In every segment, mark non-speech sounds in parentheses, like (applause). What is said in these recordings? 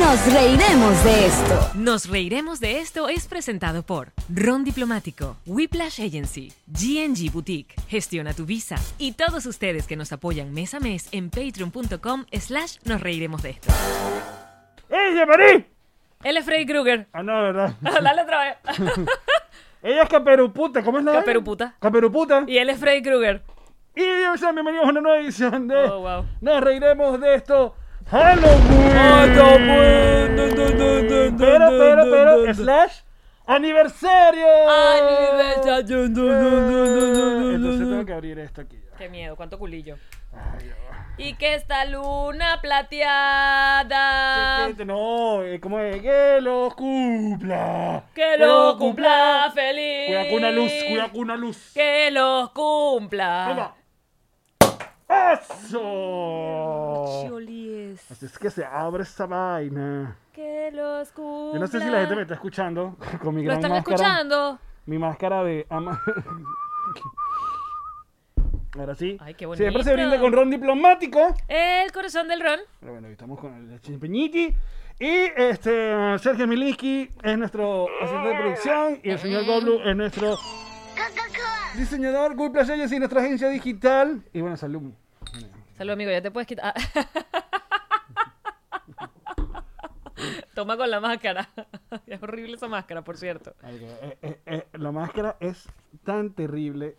Nos reiremos de esto. Nos reiremos de esto es presentado por Ron Diplomático, Whiplash Agency, GNG Boutique, Gestiona tu Visa y todos ustedes que nos apoyan mes a mes en patreon.com slash nos reiremos de esto. ¡Ella, Marí! Él es Freddy Krueger. (laughs) Ah, no, verdad. Dale otra vez. Ella es Caperuputa, ¿cómo es la vaina? Caperuputa. Caperuputa. y él es Freddy Krueger. Y Dios, sean bienvenidos a una nueva edición de Oh, wow. Nos reiremos de esto. Halloween. Pero, pero, pero, slash aniversario. Entonces Eh, tengo que abrir esto aquí. Qué miedo, cuánto culillo. Y que esta luna plateada. No, eh, ¿cómo es? Que lo cumpla. Que lo cumpla feliz. Cuidado con una luz, cuidado con una luz. Que los cumpla. Venga. ¡Eso! Cholies. Así es que se abre esta vaina. Que los cumpla. Yo no sé si la gente me está escuchando (laughs) con mi ¿Lo gran están máscara. escuchando? Mi máscara de ama. (laughs) Ahora sí. Ay, qué bonito. Siempre se brinda con ron diplomático. El corazón del ron. Pero bueno, hoy estamos con el Chimpeñiti. Y este Sergio Milinski es nuestro asistente de producción. Y el señor Goblu es nuestro diseñador. Good Place Agency, nuestra agencia digital. Y bueno, salud. Salud, amigo, ya te puedes quitar. (laughs) Ah. Toma con la máscara. (laughs) Es horrible esa máscara, por cierto. Marico, eh, eh, eh, la máscara es tan terrible.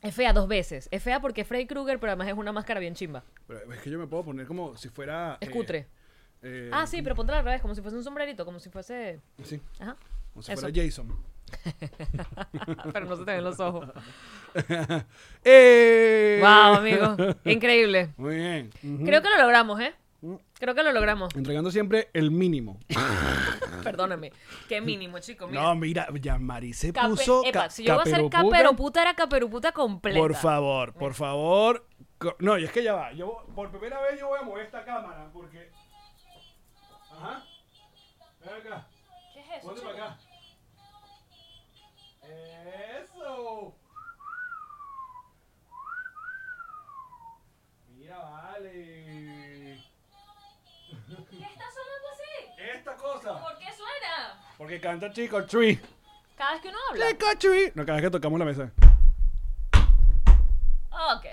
Es fea dos veces. Es fea porque es Freddy Krueger, pero además es una máscara bien chimba. Pero es que yo me puedo poner como si fuera. Es eh, cutre. eh, Ah, sí, pero ponte al revés, como si fuese un sombrerito, como si fuese. Sí, Ajá. (laughs) como si Eso. fuera Jason. pero no se te ven los ojos. ¡Eh! (laughs) Wow, amigo. Increíble. Muy bien. Creo que lo logramos, ¿eh? Mm. Creo que lo logramos. Entregando siempre el mínimo. Perdóname. Qué mínimo, chico. Mira. Ah, No, mira, ya Mari se Cape- puso. Epa, ca- si yo iba a ser caperoputa. caperoputa, era caperoputa completa. Por favor, por favor. Co- No, y es que ya va. Yo por primera vez yo voy a mover esta cámara porque. Ajá. Ven acá. ¿Qué es eso, Ponte chico? para acá. Eso. Mira, vale. ¿Qué está sonando así? Esta cosa. ¿Por qué suena? Porque canta Chico Tree. Cada vez que uno habla. Chico Tree. No, cada vez que tocamos la mesa. Ok.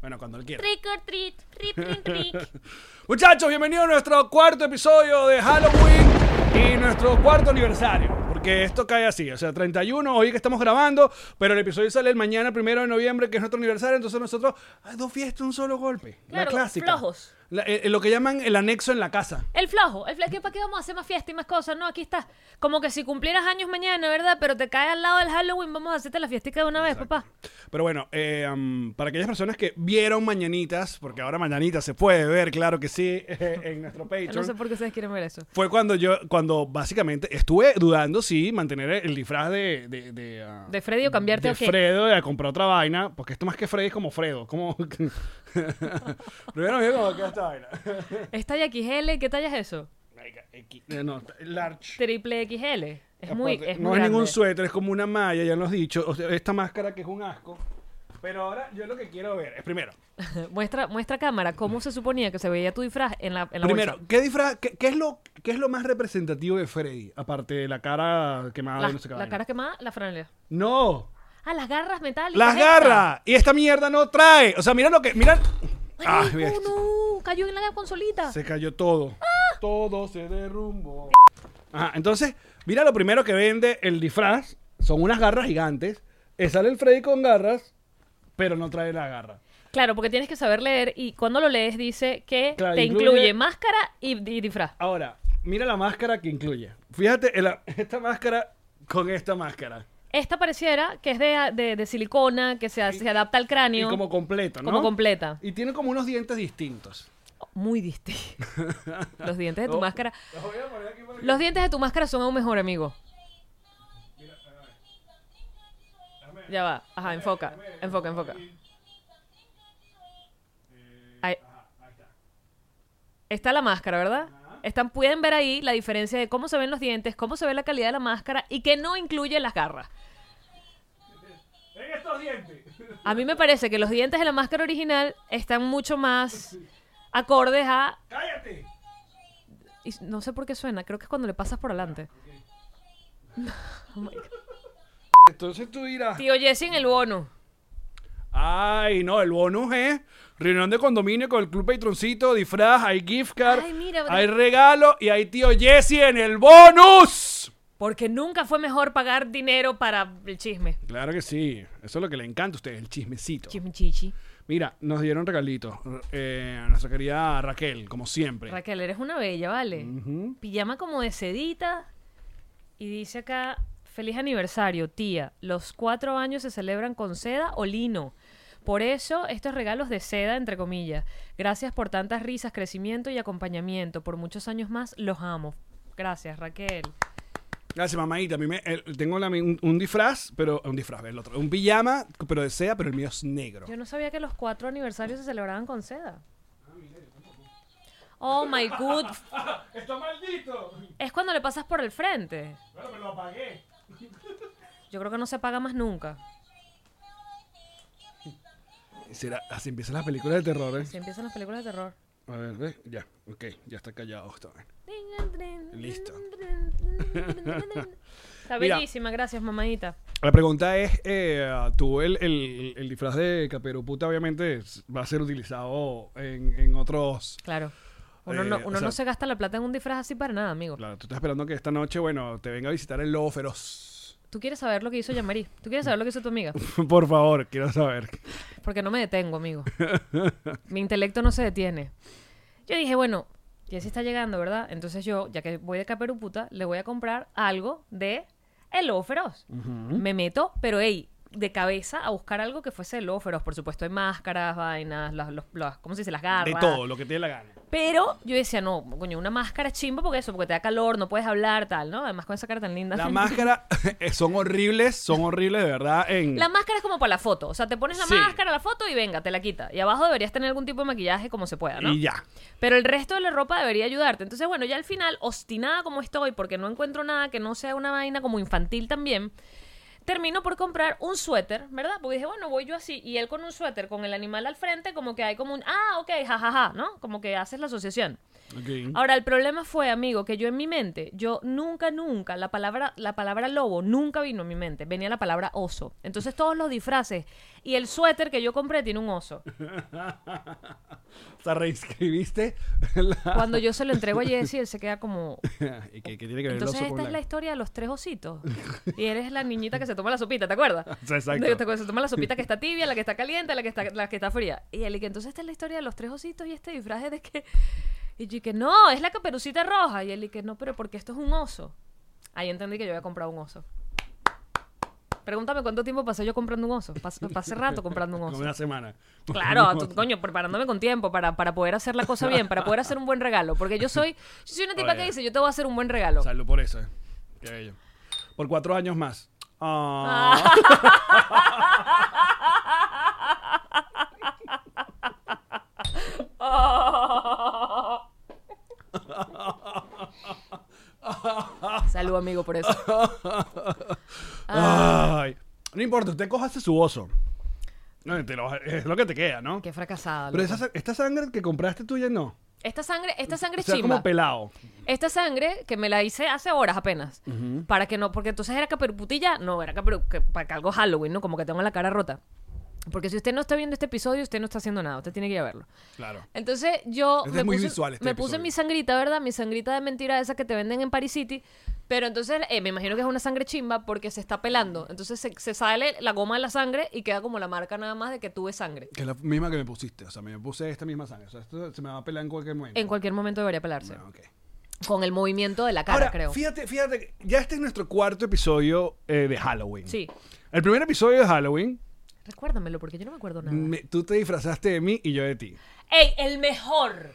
Bueno, cuando él quiera. Trick or treat. Trick, trick, trick. (laughs) Muchachos, bienvenidos a nuestro cuarto episodio de Halloween y nuestro cuarto aniversario. Porque esto cae así, o sea, 31, hoy que estamos grabando, pero el episodio sale el mañana, primero de noviembre, que es nuestro aniversario, entonces nosotros, ah, dos fiestas, un solo golpe. Claro, la clásica. flojos. La- eh, eh, lo que llaman el anexo en la casa. El flojo, el flojo, ¿para qué vamos a hacer más fiesta y más cosas? No, aquí está. Como que si cumplieras años mañana, ¿verdad? Pero te cae al lado del Halloween, vamos a hacerte la fiestica de una vez, papá. Pero bueno, eh, am, para aquellas personas que vieron Mañanitas, porque ahora Mañanitas se puede ver, claro que sí, (laughs) eh, en nuestro (laughs) Yo no Patreon. sé por qué ustedes quieren ver eso. Fue cuando yo, cuando básicamente estuve dudando si mantener el disfraz de... De, de, ah, ¿De Freddy o cambiarte de o qué? Fredo de comprar otra vaina, porque esto más que Freddy es como Fredo, como... (laughs) Primero vi como que esta vaina. (laughs) ¿Es talla XL? ¿Qué talla es eso? Marica, X- eh, no, está- large. Triple XL. Es muy. Aparte, es no muy es ningún grande. suéter, es como una malla, ya nos dicho. O sea, esta máscara que es un asco. Pero ahora yo lo que quiero ver es primero. (laughs) muestra, muestra a cámara cómo se suponía que se veía tu disfraz en la, en la Primero, bolsa. ¿qué disfraz, qué, qué es lo, qué es lo más representativo de Freddy? Aparte de la cara quemada La, y Ah, no sé qué la vaina. cara quemada, la franela. No, Ah, las garras metálicas. las estas. garras. Y esta mierda no trae. O sea, mira lo que, mira. Ah, Ay, mira, no, Ah. no, cayó en la consolita. se cayó todo. Todo se derrumbó. Ajá, entonces, mira lo primero que vende el disfraz. Son unas garras gigantes. Eh, sale el Freddy con garras, pero no trae la garra. Claro, porque tienes que saber leer y cuando lo lees dice que Claro, te incluye, incluye- máscara y, y disfraz. Ahora, mira la máscara que incluye. Fíjate, el- (laughs) esta máscara con esta máscara. Esta pareciera que es de, de- de silicona, que se, se adapta al cráneo. Y como completa, ¿no? como completa. Y tiene como unos dientes distintos. Muy (laughs) distinto. Los dientes de tu No. máscara. Los voy a poner aquí para Los dientes de tu máscara son aún mejor, amigo. Ya va. Ajá, enfoca. Enfoca, enfoca. Ahí. Está la máscara, ¿verdad? Están, pueden ver ahí la diferencia de cómo se ven los dientes, cómo se ve la calidad de la máscara y que no incluye las garras. estos dientes. A mí me parece que los dientes de la máscara original están mucho más acordes a ¡Cállate! y no sé por qué suena. Creo que es cuando le pasas por adelante. (laughs) Oh my God. Entonces tú dirás, Tío Jesse en el bono. ay, no, el bonus es reunión de condominio con el club patroncito, disfraz, hay gift card, Ay, mira, hay regalo y hay tío Jesse en el bonus. Porque nunca fue mejor pagar dinero para el chisme. Claro que sí, eso es lo que le encanta a ustedes, el chismecito. Chisme chichi. Mira, nos dieron regalitos. Eh, nuestra querida Raquel, como siempre. Raquel, eres una bella, ¿vale? Pijama como de sedita. Y dice acá, feliz aniversario, tía. Los cuatro años se celebran con seda o lino. Por eso, estos regalos de seda, entre comillas. Gracias por tantas risas, crecimiento y acompañamiento. Por muchos años más, los amo. Gracias, Raquel. Gracias, mamadita. A mí me- el- tengo la mi- un, un disfraz, pero un disfraz, el otro. Un pijama, pero de seda, pero el mío es negro. Yo no sabía que los cuatro aniversarios se celebraban con seda. Oh my god. (laughs) ¡Está maldito! Es cuando le pasas por el frente. Bueno, me lo apagué. Yo creo que no se paga más nunca. así empiezan las películas de terror, ¿eh? Se empiezan las películas de terror. A ver, ve, ya, ok, ya está callado. Está bien. Listo. Está (laughs) Mira. bellísima, gracias, mamadita. La pregunta es, eh, tú el, el- el disfraz de caperuputa obviamente es- va a ser utilizado en, en otros... Claro. Uno, Eh, no, o uno sea- no se gasta la plata en un disfraz así para nada, amigo. Claro, tú estás esperando que esta noche, bueno, te venga a visitar el lobo feroz. (laughs) Tú quieres saber lo que hizo Yamari. Tú quieres saber lo que hizo tu amiga. Por favor, quiero saber. Porque no me detengo, (laughs) amigo. Mi intelecto no se detiene. Yo dije, bueno, Jessy está llegando, ¿verdad? Entonces yo, ya que voy de caperuputa, le voy a comprar algo de El Lobo Feroz. Me meto, pero hey, de cabeza a buscar algo que fuese El Lobo Feroz. Por supuesto, hay máscaras, vainas, las, los- las- ¿cómo se dice? Las garras. De todo, lo que te dé (laughs) la gana. Pero yo decía, no, coño, una máscara es chimba porque eso, porque te da calor, no puedes hablar, tal, ¿no? Además con esa cara tan linda. (laughs) Las máscaras eh, (laughs) son horribles, son horribles de verdad en... La máscara es como para la foto. O sea, te pones la Sí. máscara, la foto y venga, te la quita. Y abajo deberías tener algún tipo de maquillaje como se pueda, ¿no? Y ya. Pero el resto de la ropa debería ayudarte. Entonces, bueno, ya al final, obstinada como estoy, porque no encuentro nada que no sea una vaina como infantil también, termino por comprar un suéter, ¿verdad? Porque dije, bueno, voy yo así. Y él con un suéter, con el animal al frente, como que hay como un, ah, ok, jajaja, ¿no? Como que haces la asociación. Ok. Ahora, el problema fue, amigo, que yo en mi mente, yo nunca, nunca, la palabra, la palabra lobo nunca vino a mi mente. Venía la palabra oso. Entonces, todos los disfraces y el suéter que yo compré tiene un oso. O sea, reinscribiste (laughs) la... Cuando yo se lo entrego a Jesse, él se queda como, ¿Y qué, qué tiene que ver el Entonces oso esta con es la la... historia de los tres (laughs) ositos. Y eres la niñita que se toma la sopita, ¿te acuerdas? Sí, (laughs) exacto. De- te acuerdas, se toma la sopita que está tibia, la que está caliente, la que está, la que está fría. Y él y que entonces esta es la historia de los tres ositos y este disfraz es de que... Y yo y que no, es la caperucita roja. Y él y que no, pero porque esto es un oso. Ahí entendí que yo había comprado un oso. Pregúntame cuánto tiempo pasé yo comprando un oso. Pas- (laughs) pasé rato comprando un Como oso. una semana. (laughs) Claro, tú- coño, preparándome con tiempo para, para poder hacer la cosa bien, para poder hacer un buen regalo. Porque yo soy, yo soy una tipa Oye. que dice, yo te voy a hacer un buen regalo. Salud por eso. eh. Qué bello. Por cuatro años más. Ah. (laughs) Salud, amigo, por eso. Ay. No importa, usted cójase su oso. No, te lo- es lo que te queda, ¿no? Qué fracasada. Pero loco. esa sa- esta sangre que compraste tuya no. Esta sangre, esta sangre O es sea, chimba. como pelado. Esta sangre que me la hice hace horas apenas. Para que no, porque entonces era caperputilla. No, era caperu, que- para que algo Halloween, ¿no? Como que tengo la cara rota. Porque si usted no está viendo este episodio, usted no está haciendo nada. Usted tiene que ir a verlo. Claro. Entonces yo Este es muy visual este me episodio. puse mi sangrita, ¿verdad? Mi sangrita de mentira esa que te venden en Paris City. Pero entonces eh, me imagino que es una sangre chimba porque se está pelando. Entonces se, se sale la goma de la sangre y queda como la marca nada más de que tuve sangre. Que es la misma que me pusiste. O sea, me puse esta misma sangre. O sea, esto se me va a pelar en cualquier momento. En cualquier momento debería pelarse. Ah, ok. Con el movimiento de la cara, Ahora, creo. fíjate, fíjate, que ya este es nuestro cuarto episodio eh, de Halloween. Sí. El primer episodio de Halloween, Recuérdamelo porque yo no me acuerdo nada. me- tú te disfrazaste de mí y yo de ti. ¡Ey! El mejor.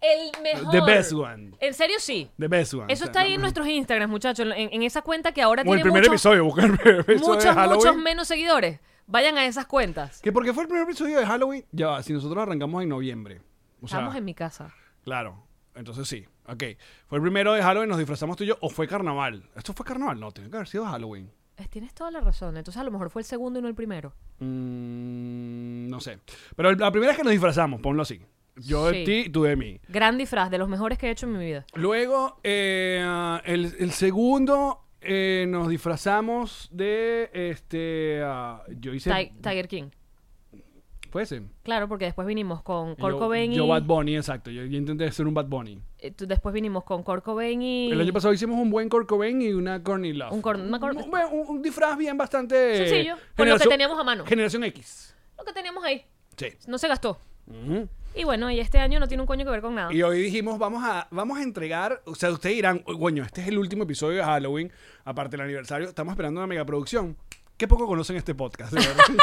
El mejor. The best one. Ah, En serio, sí. The best one. Eso está ahí en nuestros Instagrams, muchachos. En, en esa cuenta que ahora O el tiene primer muchos, episodio, buscar el primer episodio de muchos, Halloween. muchos menos seguidores. Vayan a esas cuentas. Que porque fue el primer episodio de Halloween, ya va, si nosotros arrancamos en noviembre. O sea, Estamos en mi casa. Claro, entonces sí. Ok, fue el primero de Halloween, nos disfrazamos tú y yo, o fue carnaval. ¿Esto fue carnaval? No, tiene que haber sido Halloween. Eh, Tienes toda la razón. Entonces a lo mejor fue el segundo y no el primero. Mm, no sé. Pero el- la primera es que nos disfrazamos, ponlo así. Yo de Sí. ti, tú de mí. Gran disfraz, de los mejores que he hecho en mi vida. Luego, eh, ah, el, el segundo, eh, nos disfrazamos de. Este. ah, yo hice. Ti- Tiger King. Puede ser. Claro, porque después vinimos con Kurt Yo- Cobain y... Yo Bad Bunny, exacto. Yo, yo intenté ser un Bad Bunny. eh, tú- después vinimos con Kurt Cobain y... El año pasado hicimos un buen Kurt Cobain y una Corny Love. Un cor- una cor- Un, buen- un- un disfraz bien bastante... eh, Sencillo, con lo que generación- teníamos a mano. Generación X. Lo que teníamos ahí. Sí. No se gastó. Y bueno, y este año no tiene un coño que ver con nada. Y hoy dijimos, vamos a, vamos a entregar, o sea, ustedes dirán, "Uy, coño, este es el último episodio de Halloween, aparte del aniversario, estamos esperando una megaproducción. Qué poco conocen este podcast, de verdad.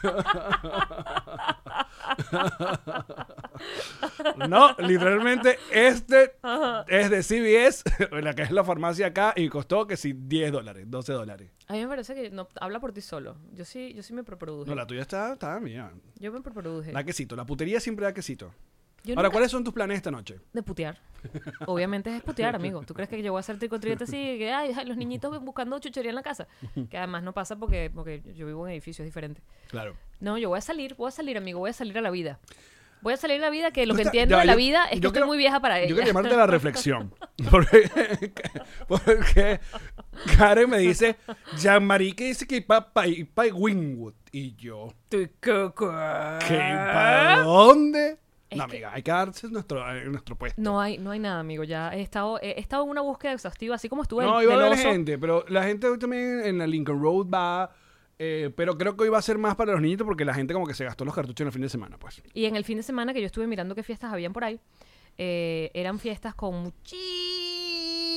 (laughs) No, literalmente este es de CBS, (laughs) la que es la farmacia acá, y costó que sí 10 dólares, 12 dólares. A mí me parece que no, habla por ti solo. Yo sí, yo sí me proproduje. No, la tuya está, está mía. Yo me proproduje. Da quesito, la putería siempre da quesito. Yo Ahora, nunca- ¿cuáles son tus planes esta noche? De putear. Obviamente es putear, amigo. ¿Tú crees que yo voy a hacer trico así? Que ay, ay, los niñitos buscando chuchería en la casa. Que además no pasa porque, porque yo vivo en edificios diferentes. Claro. No, yo voy a salir, voy a salir, amigo, voy a salir a la vida. Voy a salir a la vida, que lo Tú que estás- entiendo ya, de la yo- vida es que yo estoy quiero- muy vieja para Yo ella. quiero llamarte a la reflexión. (laughs) Porque, porque Karen me dice, Jean-Marie que dice que para pa, pa Wingwood. Y yo, Estoy coco. ¿qué? ¿Para dónde? ¿Ah? Es no, que- amiga, hay que darse nuestro, eh, nuestro puesto. No hay, no hay nada, amigo. Ya he estado, he estado en una búsqueda exhaustiva, así como estuve No, en iba a del haber oso. gente, pero la gente hoy también en la Lincoln Road va... eh, pero creo que hoy va a ser más para los niñitos porque la gente como que se gastó los cartuchos en el fin de semana, pues. Y en el fin de semana que yo estuve mirando qué fiestas habían por ahí, eh, eran fiestas con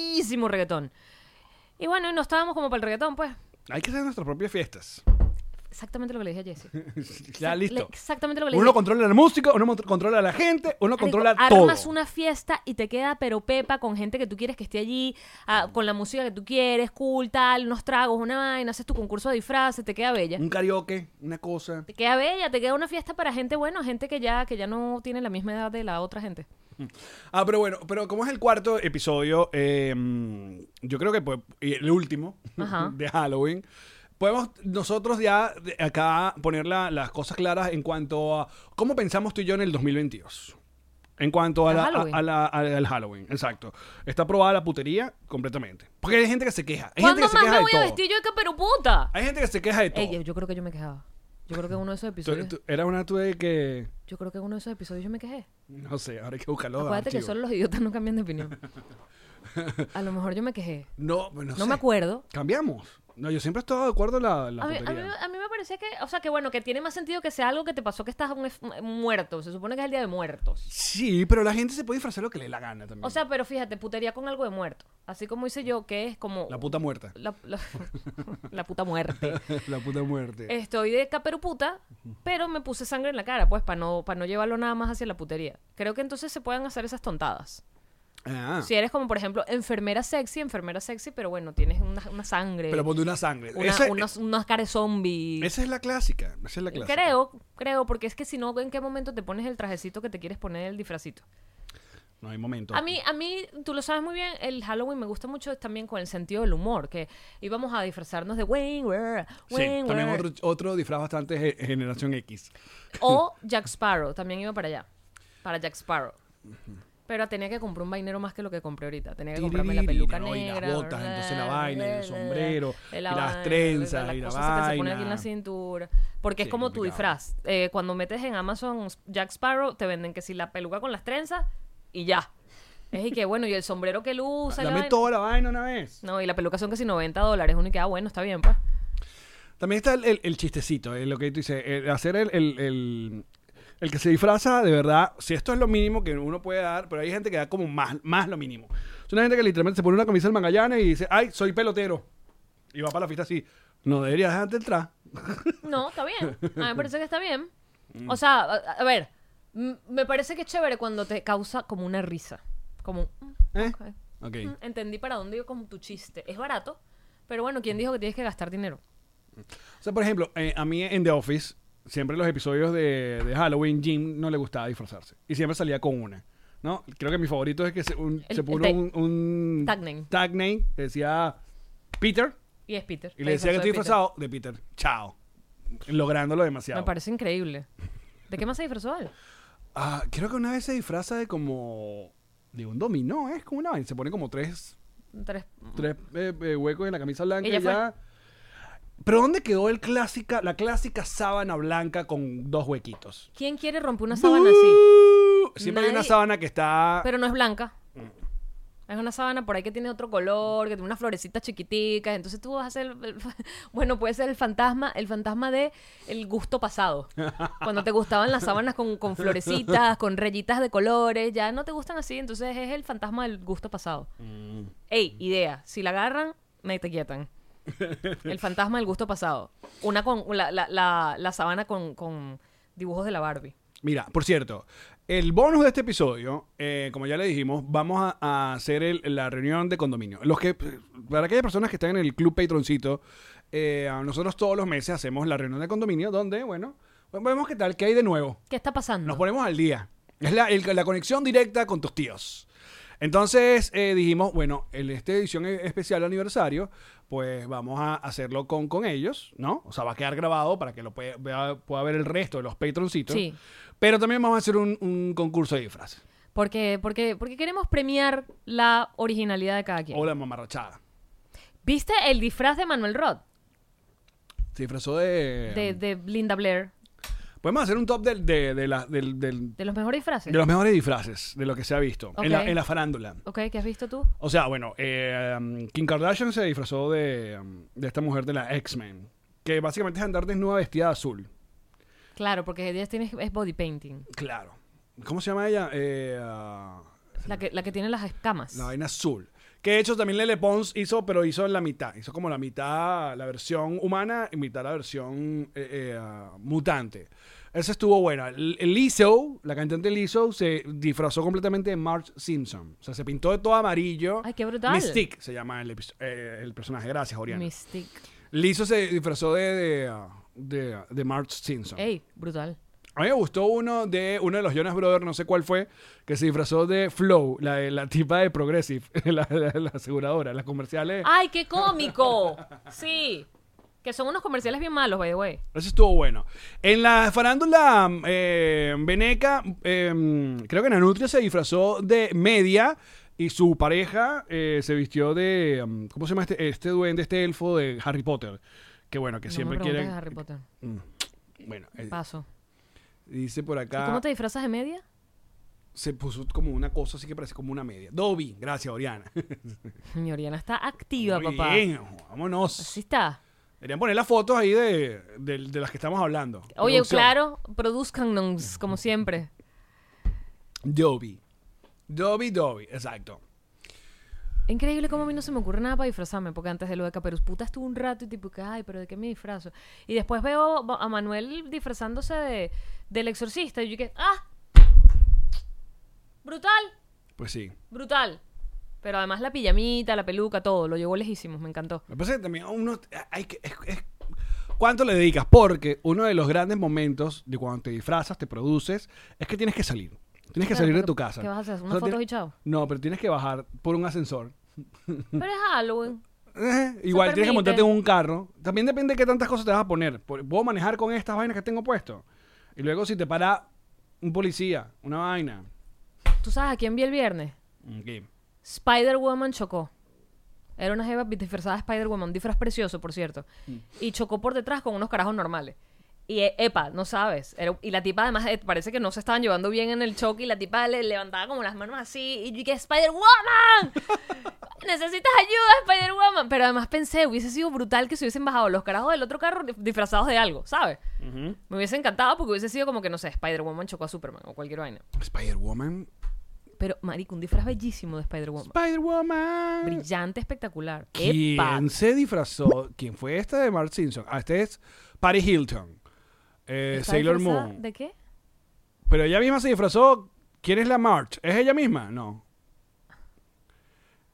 muchísimo reggaetón. Y bueno, y no estábamos como para el reggaetón, pues. Hay que hacer nuestras propias fiestas. Exactamente lo que le dije a Jesse. ya, Le- (laughs) listo. Exactamente lo que le dije. Uno controla la música, uno mont- controla a la gente, uno Marico, controla todo. Armas una fiesta y te queda pero pepa con gente que tú quieres que esté allí, ah, con la música que tú quieres, cool, tal, unos tragos, una vaina, haces tu concurso de disfraces, te queda bella. Un karaoke, una cosa. Te queda bella, te queda una fiesta para gente buena, gente que ya, que ya no tiene la misma edad de la otra gente. Ah, pero bueno, pero como es el cuarto episodio, eh, mm, yo creo que pues, y el último Ajá. (laughs) de Halloween, podemos nosotros ya de acá poner la- las cosas claras en cuanto a cómo pensamos tú y yo en el 2022. En cuanto a ¿Al la- a- Halloween? a la- a- al Halloween, exacto. Está aprobada la putería completamente. Porque hay gente que se queja. Hay gente ¿Cuándo que se más queja me de voy a todo. vestir yo de caperuputa? Hay gente que se queja de todo. Ey, yo- yo creo que yo me quejaba. Yo creo que en uno de esos Tú- episodios. tú- era una tú de que. Yo creo que en uno de esos episodios yo me quejé. No sé, ahora hay que buscarlo. Acuérdate que Oh, archivo. solo los idiotas no cambian de (laughs) opinión. A lo mejor yo me quejé. No, no, No sé. me acuerdo. Cambiamos. No, yo siempre he estado de acuerdo en la, la A mí, a, mí, putería. a mí me parecía que, o sea, que bueno, que tiene más sentido que sea algo que te pasó que estás un es- muerto. Se supone que es el día de muertos. Sí, pero la gente se puede disfrazar lo que le dé la gana también. O sea, pero fíjate, putería con algo de muerto. Así como hice yo, que es como. la puta muerta. la- la- (laughs) la puta muerte. (laughs) la puta muerte. Estoy de caperuputa, pero me puse sangre en la cara, pues, para no, para no llevarlo nada más hacia la putería. Creo que entonces se pueden hacer esas tontadas. Ah, Si eres como, por ejemplo, enfermera sexy, enfermera sexy, pero bueno, tienes una, una sangre, pero ponte una sangre. eh, una, esa, eh, unas, unas caras zombie. esa es la clásica. Esa es la clásica. Creo, creo, porque es que si no, ¿en qué momento te pones el trajecito que te quieres poner el disfrazito? No hay momento. A mí, a mí, tú lo sabes muy bien, el Halloween me gusta mucho también con el sentido del humor, que íbamos a disfrazarnos de Wayne, Ware, Sí, Wayne también Ware, otro, otro disfraz bastante ge- generación X. (laughs) O Jack Sparrow, también iba para allá. Para Jack Sparrow. Pero tenía que comprar un vainero más que lo que compré ahorita. Tenía que comprarme la Tiririri, peluca no, y negra. las botas, bla, entonces la bla, vaina, y el bla, sombrero, bla, y la las vaina, trenzas, las y la cosas que se ponen aquí en la vaina. cintura. Porque Sí, es como tu complicado. disfraz. Eh, cuando metes en Amazon Jack Sparrow, te venden que si la peluca con las trenzas y ya. Es y que bueno, y el sombrero que él usa. y la Dame vaina. toda la vaina una vez. No, y la peluca son casi 90 dólares. Uno y que, ah, bueno, está bien, pues. También está el, el- el chistecito, eh, lo que tú dices, el hacer el, el- el- el que se disfraza de verdad, si esto es lo mínimo que uno puede dar, pero hay gente que da como más, más lo mínimo. Es una gente que literalmente se pone una camisa del Magallanes y dice, ay, soy pelotero. Y va para la fiesta así. No deberías dejarte entrar. No, está bien. A mí me parece que está bien. Mm. O sea, a, a ver, m- me parece que es chévere cuando te causa como una risa. Como, un, mm, ¿Eh? ok, Ok. mm, entendí para dónde iba con tu chiste. Es barato, pero bueno, ¿quién dijo que tienes que gastar dinero? O sea, por ejemplo, eh, a mí en The Office, siempre los episodios de, de Halloween, Jim no le gustaba disfrazarse. Y siempre salía con una. ¿No? Creo que mi favorito es que se, un- El- se el puso tag- un, un tag name. tag name que decía Peter. Y es Peter. Y se le decía que disfrazó estoy de Peter. disfrazado de Peter. Chao. Lográndolo demasiado. Me parece increíble. ¿De qué más se disfrazó él? Ah, creo que una vez se disfraza de como. de un dominó, ¿eh? es como una vaina. Se pone como tres, Tres- tres eh, eh, huecos en la camisa blanca Ella y ya. Pero ¿dónde quedó el clásica, la clásica sábana blanca con dos huequitos? ¿Quién quiere romper (laughs) una sábana así? ¡Bú! Siempre hay una Nadie- sábana que está. Pero no es blanca. Es una sábana por ahí que tiene otro color, que tiene unas florecitas chiquiticas. Entonces tú vas a ser. el- (laughs) bueno, puede ser el fantasma, el fantasma de el gusto pasado. Cuando te gustaban las sábanas con, con florecitas, con rayitas de colores, ya no te gustan así. Entonces es el fantasma del gusto pasado. Ey, idea. Si la agarran, me te quietan. El fantasma del gusto pasado. Una con. La, la, la- la sábana con, con dibujos de la Barbie. Mira, por cierto, el bonus de este episodio, eh, como ya le dijimos, vamos a, a hacer el- la reunión de condominio. Los que, para aquellas personas que están en el club Patroncito, eh, a nosotros todos los meses hacemos la reunión de condominio donde, bueno, vemos qué tal, qué hay de nuevo. ¿Qué está pasando? Nos ponemos al día. Es la, el- la conexión directa con tus tíos. Entonces eh, dijimos, bueno, en esta edición e- especial aniversario, pues vamos a hacerlo con, con ellos, ¿no? O sea, va a quedar grabado para que lo pueda, vea- pueda ver el resto de los patroncitos. Sí. Pero también vamos a hacer un, un concurso de disfraces. Porque, porque, porque queremos premiar la originalidad de cada quien. O la mamarrachada. ¿Viste el disfraz de Manuel Roth? Se disfrazó de... De, de Linda Blair. Podemos hacer un top del- de, de la- del- del- De los mejores disfraces. de los mejores disfraces, de lo que se ha visto en, la, Ok. en la farándula. Ok, ¿qué has visto tú? O sea, bueno, eh, um, Kim Kardashian se disfrazó de, um, de esta mujer de la X-Men, que básicamente es andar desnuda vestida de azul. Claro, porque ella tiene es body painting. Claro. ¿Cómo se llama ella? Eh, ah, La que, la que tiene las escamas. la vaina azul. Que de hecho también Lele Pons hizo, pero hizo la mitad. Hizo como la mitad, la versión humana y mitad la versión eh, eh, ah, mutante. Esa estuvo buena. L- eh, Lizzo, la cantante Lizzo, se disfrazó completamente de Marge Simpson. O sea, se pintó de todo amarillo. Ay, qué brutal. Mystique se llama el, episo- eh, el personaje. Gracias, Oriana. Mystique. Lizzo se disfrazó de, de, uh, de, uh, de Marge Simpson. Ey, brutal. A mí me gustó uno de uno de los Jonas Brothers, no sé cuál fue, que se disfrazó de Flow, la, de- la tipa de Progressive, (laughs) la, la- la aseguradora, las comerciales. ¡Ay, qué cómico! Sí. Que son unos comerciales bien malos, by the way. Eso estuvo bueno. En la farándula eh, veneca, eh, creo que Nanutria se disfrazó de media y su pareja eh, se vistió de, um, ¿cómo se llama este, este duende, este elfo de Harry Potter? Que bueno, que No siempre me quiere... preguntes de Harry Potter. Bueno, eh, Paso. dice por ¿Y acá... ¿Cómo te disfrazas de media? (laughs) se puso como una cosa así que parece como una media. Dobby, (laughs) gracias, Oriana. Mi Oriana está activa, Muy papá. bien, vámonos. Así está. Deberían poner las fotos ahí de, de- de las que estamos hablando. Oye, Producción. claro, produzcannos, como siempre. Dobby. Dobby, Dobby, exacto. Increíble cómo a mí no se me ocurre nada para disfrazarme, porque antes de lo de Caperuz Puta estuve un rato y tipo, que, ay, pero ¿de qué me disfrazo? Y después veo a Manuel disfrazándose de, del exorcista y yo que, ¡ah! ¡Brutal! Pues sí. ¡Brutal! Pero además la pijamita, la peluca, todo, lo llevó lejísimos, me encantó. Me parece que también uno hay que. es- es- ¿Cuánto le dedicas? Porque uno de los grandes momentos de cuando te disfrazas, te produces, es que tienes que salir. Tienes que Claro, salir de pero tu casa. ¿qué vas a hacer? ¿Unas tienes- fotos y chao? No, pero tienes que bajar por un ascensor. Mm. Pero es Halloween. Eh, igual tienes permite. que montarte en un carro. También depende de qué tantas cosas te vas a poner. Por- Puedo manejar con estas vainas que tengo puesto. Y luego si te para un policía, una vaina. ¿Tú sabes a quién vi el viernes? Ok. Spider-Woman chocó. Era una jeva disfrazada de Spider-Woman, un disfraz precioso, por cierto. Y chocó por detrás con unos carajos normales. Y e- epa, no sabes. Era- y la tipa además eh, parece que no se estaban llevando bien en el choque y la tipa le levantaba como las manos así y yo que Spider-Woman. Necesitas ayuda, Spider-Woman. Pero además pensé, hubiese sido brutal que se hubiesen bajado los carajos del otro carro dif- disfrazados de algo, ¿sabes? Me hubiese encantado porque hubiese sido como que, no sé, Spider-Woman chocó a Superman o cualquier vaina. Spider-Woman. Pero, marico, un disfraz bellísimo de Spider-Woman. Spider-Woman. Brillante, espectacular. ¿Quién ¡Epa! se disfrazó? ¿Quién fue esta de Mark Simpson? Ah, este es Paris Hilton. Eh, ¿Está Sailor disfrazada Moon. ¿De qué? Pero ella misma se disfrazó. ¿Quién es la March? ¿Es ella misma? No.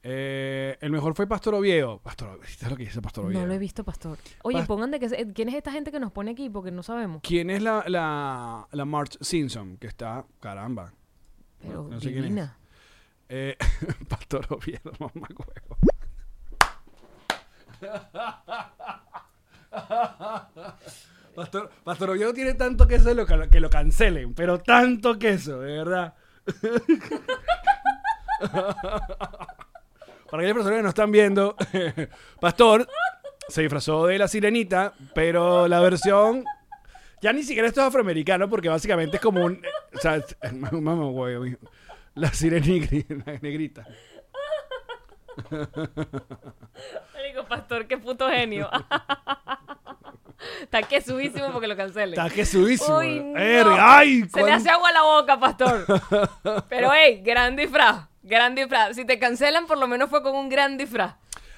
Eh, el mejor fue Pastor Oviedo. Pastor Oviedo. ¿Viste lo que dice Pastor Oviedo? No lo he visto, pastor. Oye, Pas- pongan de que se- quién es esta gente que nos pone aquí porque no sabemos. ¿Quién es la, la, la Marge Simpson? Que está, caramba. Pero No sé quién es. divina. Eh, (laughs) Pastor Oviedo, (laughs) mamá huevo. Pastor, Pastor Oviedo tiene tanto queso lo ca- que lo cancelen, pero tanto queso, de verdad. (laughs) Para aquellas personas que no están viendo, (laughs) Pastor se disfrazó de la sirenita, pero la versión. Ya ni siquiera esto es afroamericano, porque básicamente es como un. O sea, es- (laughs) mamá, güey, amigo. La sirenita, la negrita. (laughs) Marico, pastor, qué puto genio. (laughs) Está que subísimo porque lo cancelen. Está que subísimo. Uy, no. Verga, ¡Ay! Se le cuán- hace agua a la boca, (laughs) pastor. Pero, hey, gran disfraz. Gran disfraz. Si te cancelan, por lo menos fue con un gran disfraz.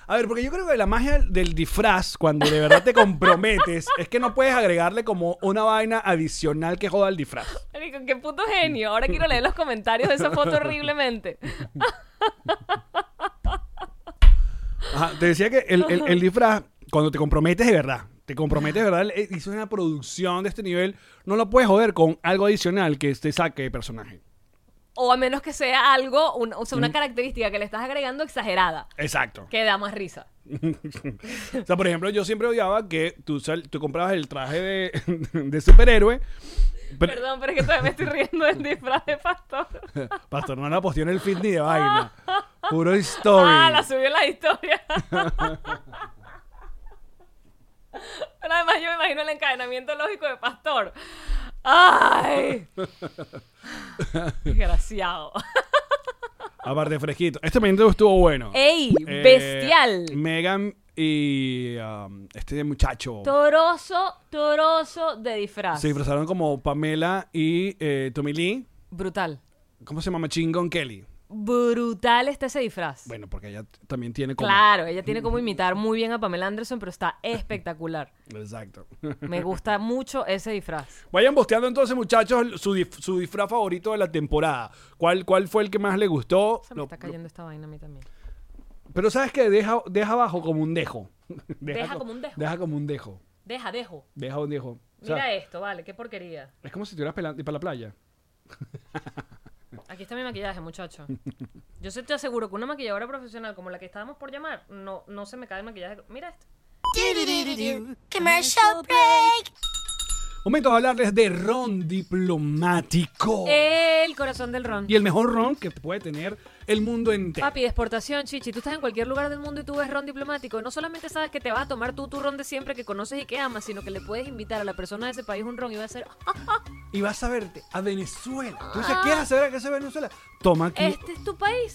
A ver, porque yo creo que la magia del disfraz, cuando de verdad te comprometes, es que no puedes agregarle como una vaina adicional que joda al disfraz. Marico, qué puto genio. Ahora quiero leer los comentarios de esa (laughs) foto horriblemente. Ajá, te decía que el, el- el disfraz, cuando te comprometes de verdad, te comprometes de verdad, eh, hizo una producción de este nivel, no lo puedes joder con algo adicional que te saque de personaje. O a menos que sea algo, un- o sea, una característica que le estás agregando exagerada, Exacto. que da más risa. O sea, por ejemplo, yo siempre odiaba que tú, sal- tú comprabas el traje de, (laughs) de superhéroe. pero- Perdón, pero es que todavía me estoy riendo del disfraz de pastor. Pastor, no la posteó en el feed ni de vaina. Puro story. Ah, la subió en la (laughs) historia. Pero además yo me imagino el encadenamiento lógico de pastor. (laughs) ¡Ay! Desgraciado. Aparte, fresquito. Este momento estuvo bueno. ¡Ey! Eh, Bestial. Megan y um, este muchacho Toroso, toroso de disfraz. se disfrazaron como Pamela y eh, Tommy Lee. Brutal. ¿Cómo se llama? Machine Gun Kelly. Brutal está ese disfraz. Bueno, porque ella t- también tiene como. Claro, ella tiene como imitar muy bien a Pamela Anderson, pero está espectacular. Exacto. Me gusta mucho ese disfraz. Vayan posteando entonces, muchachos, su, dif- su disfraz favorito de la temporada. ¿Cuál, ¿Cuál fue el que más le gustó? Se me Lo- está cayendo esta vaina a mí también. pero sabes que deja, deja abajo como un dejo. (laughs) Deja co- como un dejo. Deja como un dejo. Deja, dejo. Deja un dejo. O sea, Mira esto, vale, qué porquería. es como si estuvieras pelando para la playa. Aquí está mi maquillaje, (laughs) muchacho. Yo se te aseguro que una maquilladora profesional como la que estábamos por llamar, no, no se me cae el maquillaje. Mira esto. Commercial break. Momento de hablarles de ron diplomático. El corazón del ron. Y el mejor ron que puede tener el mundo entero. Papi, de exportación, chichi. Tú estás en cualquier lugar del mundo y tú ves ron diplomático. No solamente sabes que te vas a tomar tú tu ron de siempre que conoces y que amas, sino que le puedes invitar a la persona de ese país un ron y va a ser. "Ah, Y vas a verte a Venezuela. Tú dices, ¿qué vas a saber a qué se Venezuela? Toma aquí. Este es tu país.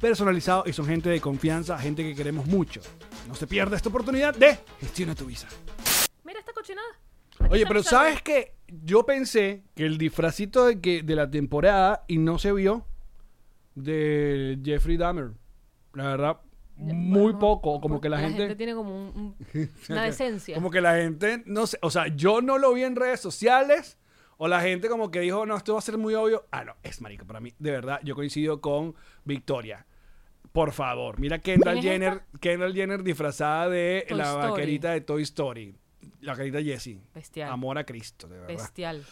personalizado y son gente de confianza, gente que queremos mucho. No se pierda esta oportunidad de gestiona tu visa. Mira esta cochinada. Oye, pero ¿sabes qué? Yo pensé que el disfrazito de, que, de la temporada y no se vio de Jeffrey Dahmer. La verdad, muy Eh, Bueno, poco. Como que la, la gente. gente... tiene como un- (laughs) un- una decencia. Como que la gente, no sé, o sea, yo no lo vi en redes sociales. O la gente como que dijo, no, esto va a ser muy obvio. Ah, no, es marica para mí. De verdad, yo coincido con Victoria. Por favor, mira Kendall ¿Quién es Jenner, Kendall Jenner disfrazada de Toy la Story. vaquerita de Toy Story. La vaquerita Jessie. Bestial. Amor a Cristo, de verdad. Ah. Bestial.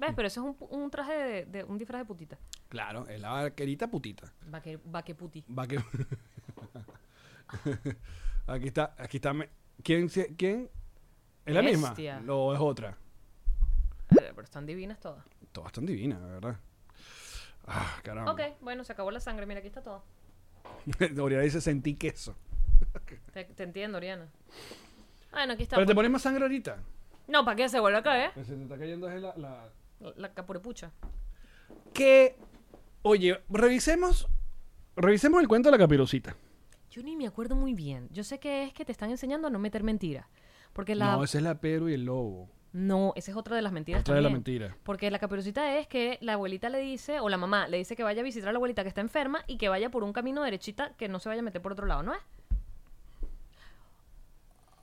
¿Ves? Pero eso es un, pu- un traje de, de- un disfraz de putita. Claro, es la vaquerita putita. Vaque, vaqueputi. Vaque- (laughs) aquí está, aquí está. me- ¿Quién? se- ¿Quién? ¿Es la misma? Bestia. ¿O es otra? Pero pero están divinas todas. Todas están divinas, la verdad. Ah, caramba. (laughs) Ok, bueno, se acabó la sangre. Mira, aquí está todo. Oriana dice, sentí queso. Te, te entiendo, Oriana. Bueno, aquí está. Pero te pues. pones más sangre ahorita. No, ¿para qué se vuelve a caer? Se te está cayendo la, La capurepucha. Que, oye, revisemos, revisemos el cuento de la capirucita. Yo ni me acuerdo muy bien. Yo sé que es que te están enseñando a no meter mentiras. Porque la... No, esa es la Pedro y el lobo. No, esa es otra de las mentiras. Otra de las también. mentiras. Porque la caperucita es que la abuelita le dice, o la mamá le dice que vaya a visitar a la abuelita que está enferma y que vaya por un camino derechita que no se vaya a meter por otro lado, ¿no es?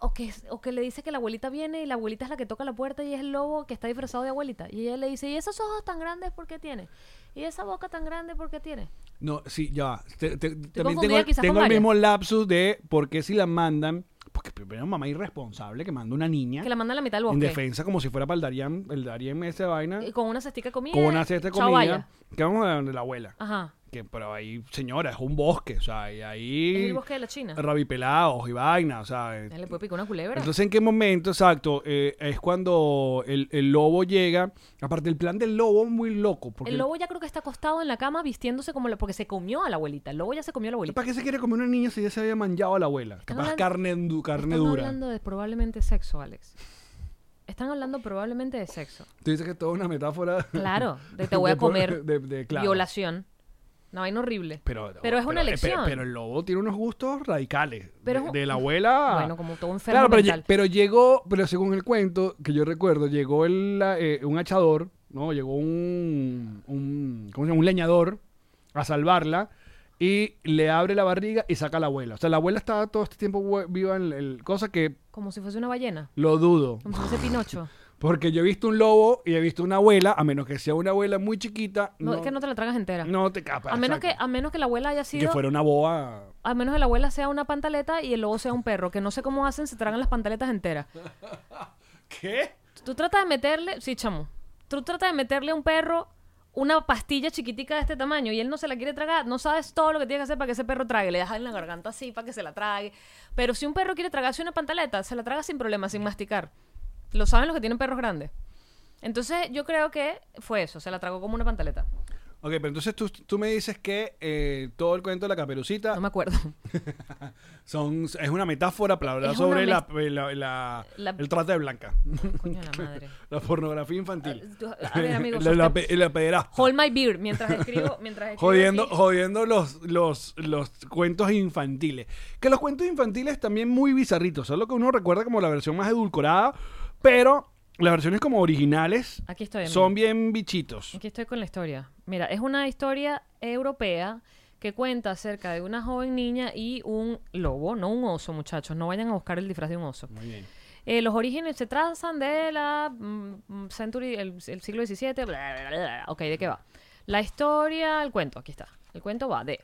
O que, es- o que le dice que la abuelita viene y la abuelita es la que toca la puerta y es el lobo que está disfrazado de abuelita. Y ella le dice, ¿y esos ojos tan grandes por qué tiene? ¿Y esa boca tan grande por qué tiene? No, sí, ya. va. Te- te- también confundida tengo, quizás con tengo el varias. mismo lapsus de por qué si la mandan. Porque primero mamá irresponsable que manda una niña Que la manda a la mitad del en bosque. defensa como si fuera para el Darien, el Darien esa vaina. Y Con una cestica de comida. Con una cesta de Eh, chao, comida. vaya. Que vamos a donde la abuela. Ajá. Que, pero ahí, señora, es un bosque, o sea, y ahí... Es el bosque de la China. Rabipelados y vainas, o sea... eh. Ya Le puede picar una culebra. Entonces, ¿en qué momento, exacto? eh, es cuando el, el lobo llega. Aparte, el plan del lobo es muy loco. Porque el lobo ya creo que está acostado en la cama vistiéndose como la... Porque se comió a la abuelita. El lobo ya se comió a la abuelita. ¿Para qué se quiere comer una niña si ya se había manchado a la abuela? Capaz hablando- carne, du- carne Están dura. hablando de probablemente sexo, Alex. Están hablando probablemente de (laughs) sexo. Tú dices que es toda una metáfora. Claro, de te voy a de- comer (laughs) de- de- claro. violación. Una vaina horrible. (laughs) Pero, es una eh, pe- elección. Pero, el lobo tiene unos gustos radicales. Pero es de, un- (laughs) de la abuela. Bueno, como todo enfermo Claro, pero, mental. lle- pero llegó, pero según el cuento que yo recuerdo, llegó el, la- eh, un hachador, ¿no? Llegó un, un, ¿cómo se llama? Un leñador a salvarla y le abre la barriga y saca a la abuela. O sea, la abuela estaba todo este tiempo hue- viva en el, el- cosa que Como si fuese una ballena. lo dudo. Como (sighs) si fuese Pinocho. Porque yo he visto un lobo y he visto una abuela, a menos que sea una abuela muy chiquita. No, es que no te la tragas entera. no te capa. a, menos que, exacto. a menos que la abuela haya que sido... fuera una boa. A menos que la abuela sea una pantaleta y el lobo sea un perro. Que no sé cómo hacen, se tragan las pantaletas enteras. ¿Qué? Tú tratas de meterle, sí, chamo. Tú tratas de meterle a un perro una pastilla chiquitica de este tamaño y él no se la quiere tragar. No sabes todo lo que tiene que hacer para que ese perro trague. Le dejas en la garganta así para que se la trague. Pero si un perro quiere tragarse una pantaleta, se la traga sin problema, sin masticar. Lo saben los que tienen perros grandes. Entonces, yo creo que fue eso. Se la tragó como una pantaleta. Ok, pero entonces tú, tú me dices que eh, todo el cuento de la caperucita No me acuerdo. son, es una metáfora para hablar Es una sobre la, eh, mez- la- la- La- el trata de blanca, (laughs) (laughs) Coño de la madre. la pornografía infantil. Ah, tú- a ver, (laughs) amigo, la, la sostén- pe- la pederasta. Hold my beer mientras escribo. Mientras escribo Jodiendo, aquí. jodiendo los, los, los cuentos infantiles. Que los cuentos infantiles también muy bizarritos. Son lo que uno recuerda como la versión más edulcorada. Pero las versiones como originales Aquí estoy. amigo. son bien bichitos. Aquí estoy con la historia. Mira, es una historia europea que cuenta acerca de una joven niña y un lobo, no un oso, muchachos. No vayan a buscar el disfraz de un oso. Muy bien. Eh, los orígenes se trazan de la mm, mm, century, el, el siglo XVII. bla, bla, bla, bla. Ok, ¿de qué va? La historia, el cuento, aquí está. El cuento va de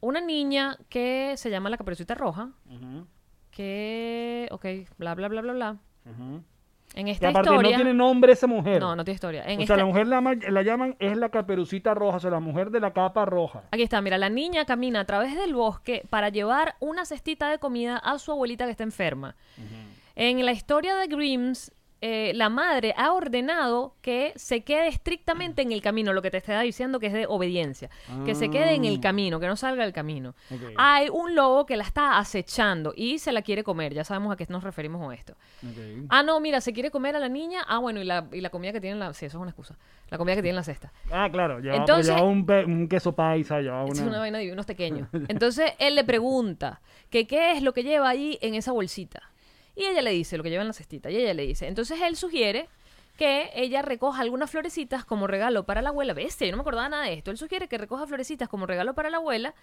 una niña que se llama la Caperucita Roja, que, ok, bla, bla, bla, bla, bla. En Que esta aparte historia... no tiene nombre esa mujer. no, no tiene historia. En o esta- sea, la mujer la, ma- la llaman es la caperucita roja, o sea, la mujer de la capa roja. Aquí está, mira, la niña camina a través del bosque para llevar una cestita de comida a su abuelita que está enferma. En la historia de Grims, eh, la madre ha ordenado que se quede estrictamente en el camino, lo que te está diciendo que es de obediencia, que se quede en el camino, que no salga del camino. Ok. Hay un lobo que la está acechando y se la quiere comer, ya sabemos a qué nos referimos con esto. Ah, no, mira, se quiere comer a la niña, ah, bueno, y la, y la comida que tiene en la... Sí, eso es una excusa, la comida que tiene en la cesta. Ah, claro, llevaba, Entonces- llevaba un, pe- un queso paisa, llevaba Es una... una vaina de unos pequeños. Entonces él le pregunta que qué es lo que lleva ahí en esa bolsita. Y ella le dice lo que lleva en la cestita. Y ella le dice. Entonces él sugiere que ella recoja algunas florecitas como regalo para la abuela. Bestia, yo no me acordaba nada de esto. Él sugiere que recoja florecitas como regalo para la abuela,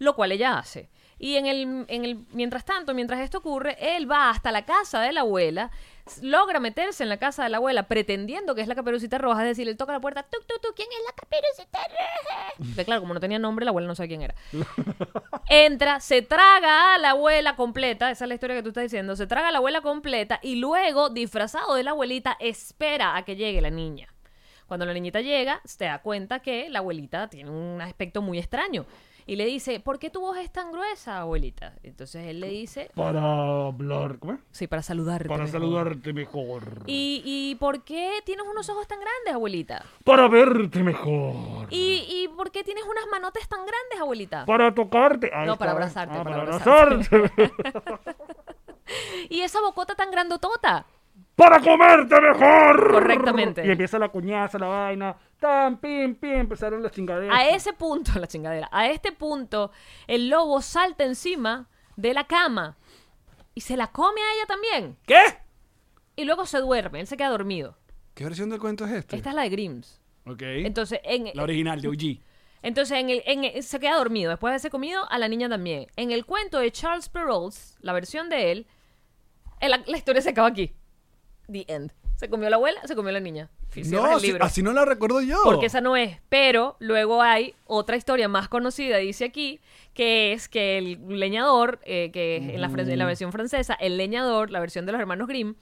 lo cual ella hace. Y en el, en el, mientras tanto, mientras esto ocurre, él va hasta la casa de la abuela, s- logra meterse en la casa de la abuela pretendiendo que es la caperucita roja, es decir, él toca la puerta, tú, tú, tú, ¿quién es la caperucita roja? Porque, claro, como no tenía nombre, la abuela no sabía quién era. Entra, se traga a la abuela completa, esa es la historia que tú estás diciendo, se traga a la abuela completa y luego, disfrazado de la abuelita, espera a que llegue la niña. Cuando la niñita llega, se da cuenta que la abuelita tiene un aspecto muy extraño. Y le dice, ¿por qué tu voz es tan gruesa, abuelita? Entonces él le dice, Para hablar. ¿Cómo es? sí, para saludarte. Para mejor. saludarte mejor. ¿Y, ¿Y por qué tienes unos ojos tan grandes, abuelita? Para verte mejor. ¿Y, y por qué tienes unas manotas tan grandes, abuelita? Para tocarte. Ahí No, está, para ¿eh? abrazarte, Ah, para para abrazarte. abrazarte. (laughs) (laughs) ¿Y esa bocota tan grandotota? para comerte mejor. Correctamente. Y empieza la cuñaza, la vaina. Tan, pim, pim. Empezaron las chingaderas. A ese punto, (laughs) la chingadera, a este punto, el lobo salta encima de la cama y se la come a ella también. ¿Qué? Y luego se duerme, él se queda dormido. ¿Qué versión del cuento es este? Esta es la de Grimm's. Ok. Entonces, en, la original de OG. entonces en el, en el- se queda dormido. Después de haberse comido, a la niña también. En el cuento de Charles Perrault, la versión de él, el- la, historia se acaba aquí. The end. Se comió la abuela, se comió la niña. Fin, cierra No, el si- libro. así no la recuerdo yo. Porque esa no es. Pero luego hay otra historia más conocida, dice aquí, que es que el leñador, eh, que es en la, fran- en la versión francesa, el leñador, la versión de los hermanos Grimm,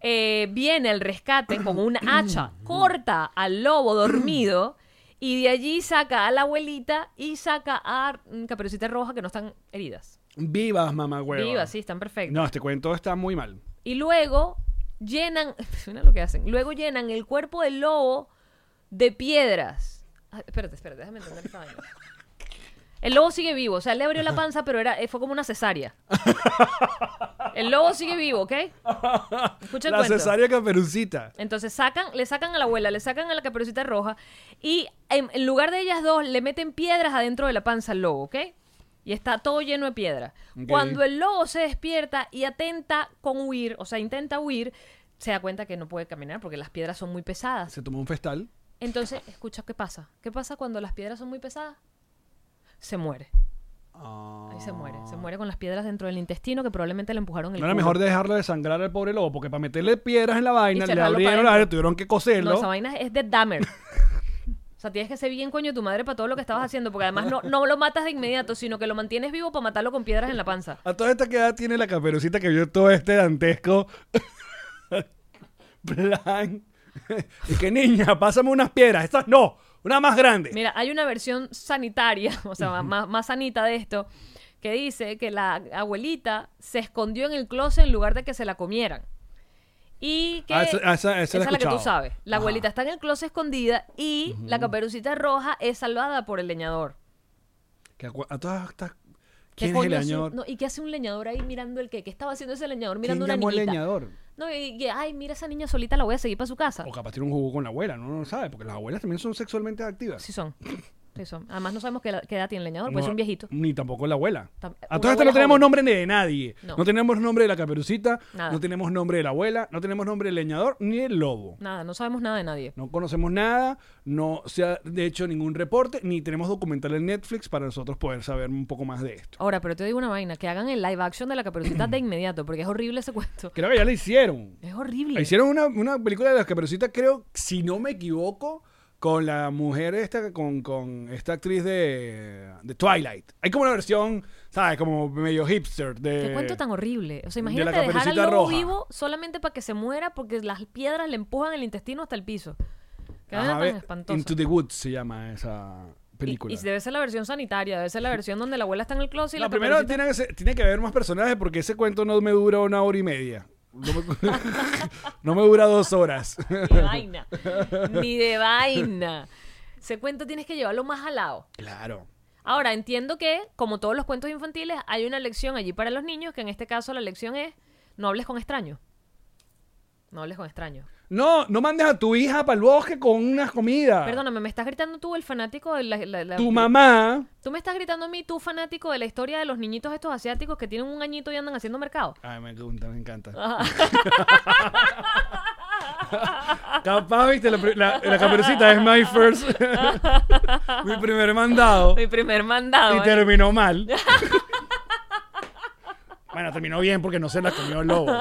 eh, viene al rescate con un hacha, corta al lobo dormido. Y de allí saca a la abuelita y saca a mm, Caperucita Roja que no están heridas. Vivas, mamá hueva. Viva, sí, están perfectas. No, este cuento está muy mal. Y luego llenan, (laughs) mira lo que hacen, luego llenan el cuerpo del lobo de piedras. Ah, espérate, espérate, déjame entender esta vaina. El lobo sigue vivo, o sea, le abrió la panza, pero era, eh, fue como una cesárea. El lobo sigue vivo, ¿ok? Escucha el la cuento. cesárea caperucita. Entonces sacan, le sacan a la abuela, le sacan a la caperucita roja y en, en lugar de ellas dos le meten piedras adentro de la panza al lobo, ¿ok? Y está todo lleno de piedras. Ok. Cuando el lobo se despierta y atenta con huir, o sea, intenta huir, se da cuenta que no puede caminar porque las piedras son muy pesadas. Se tomó un festal. Entonces, escucha qué pasa. ¿Qué pasa cuando las piedras son muy pesadas? Se muere. Ah. Ahí se muere. Se muere con las piedras dentro del intestino que probablemente le empujaron el No era culo. mejor dejarlo desangrar al pobre lobo, porque para meterle piedras en la vaina, Y le cerrarlo abrieron para la dentro. vaina, tuvieron que coserlo. No, esa vaina es de Dahmer. O sea, tienes que ser bien coño de tu madre para todo lo que estabas haciendo, porque además no, no lo matas de inmediato, sino que lo mantienes vivo para matarlo con piedras en la panza. A toda esta que edad tiene la caperucita que vio todo este dantesco (laughs) plan. (laughs) y que niña, pásame unas piedras. Estas no, una más grande. Mira, hay una versión sanitaria, (laughs) o sea, más, más sanita de esto, que dice que la abuelita se escondió en el closet en lugar de que se la comieran. Y que... Ah, esa- esa- esa la he es la que tú escuchado. sabes. La Ajá. abuelita está en el closet escondida y la caperucita roja es salvada por el leñador. Que acu- a todas estas- ¿Qué ¿Quién es el coño hace un- leñador? no, ¿Y qué hace un leñador ahí mirando el qué? ¿Qué estaba haciendo ese leñador ¿Quién mirando una llamó al niñita? leñador? No, y que, ay, mira esa niña solita, la voy a seguir para su casa. O capaz tiene un jugo con la abuela, no, no lo sabe, porque las abuelas también son sexualmente activas. Sí son. Sí son. Además no sabemos qué, la- qué edad tiene el leñador, pues es No, un viejito. Ni tampoco la abuela. Tam- a una todas estas abuela no tenemos joven. nombre ni de nadie. No. No. tenemos nombre de la caperucita, Nada. no tenemos nombre de la abuela, no tenemos nombre del leñador, ni del lobo. Nada, no sabemos nada de nadie. No conocemos nada, no se ha de hecho ningún reporte, ni tenemos documental en Netflix para nosotros poder saber un poco más de esto. Ahora, pero te digo una vaina, que hagan el live action de la caperucita de inmediato, porque es horrible ese cuento. Creo que ya lo hicieron. Es horrible. Hicieron una, una película de las caperucitas, creo, si no me equivoco, con la mujer esta, con, con esta actriz de, de Twilight. Hay como una versión, ¿sabes? Como medio hipster de... Qué cuento tan horrible. O sea, de la imagínate dejar al Caperucita lobo Roja. vivo solamente para que se muera porque las piedras le empujan el intestino hasta el piso. Qué Ajá, vaina ve, tan espantosa. Into the Woods se llama esa Y- película. Y, debe ser la versión sanitaria, debe ser la versión donde la abuela está en el closet y No, la primero caperucita- tiene que, ser- tiene que haber más personajes porque ese cuento no me dura una hora y media. No me, (laughs) no me dura dos horas. (laughs) Ni de vaina. Ni de vaina. Ese cuento tienes que llevarlo más al lado. Claro. Ahora, entiendo que, como todos los cuentos infantiles, hay una lección allí para los niños, que en este caso la lección es no hables con extraños. No hables con extraños. No, no mandes a tu hija para el bosque con unas comidas. Perdóname, me estás gritando tú, el fanático de la... la- la- Ah. Tu mamá. Tú me estás gritando a mí, tú, fanático de la historia de los niñitos estos asiáticos que tienen (laughs) un añito y andan haciendo mercado. Ay, me encanta, me encanta. Ajá. Capaz, viste, la, pri- la, la caperucita es my first. (laughs) mi primer mandado. Mi primer mandado. Y ¿eh? terminó mal. bueno, terminó bien porque no se la comió el lobo.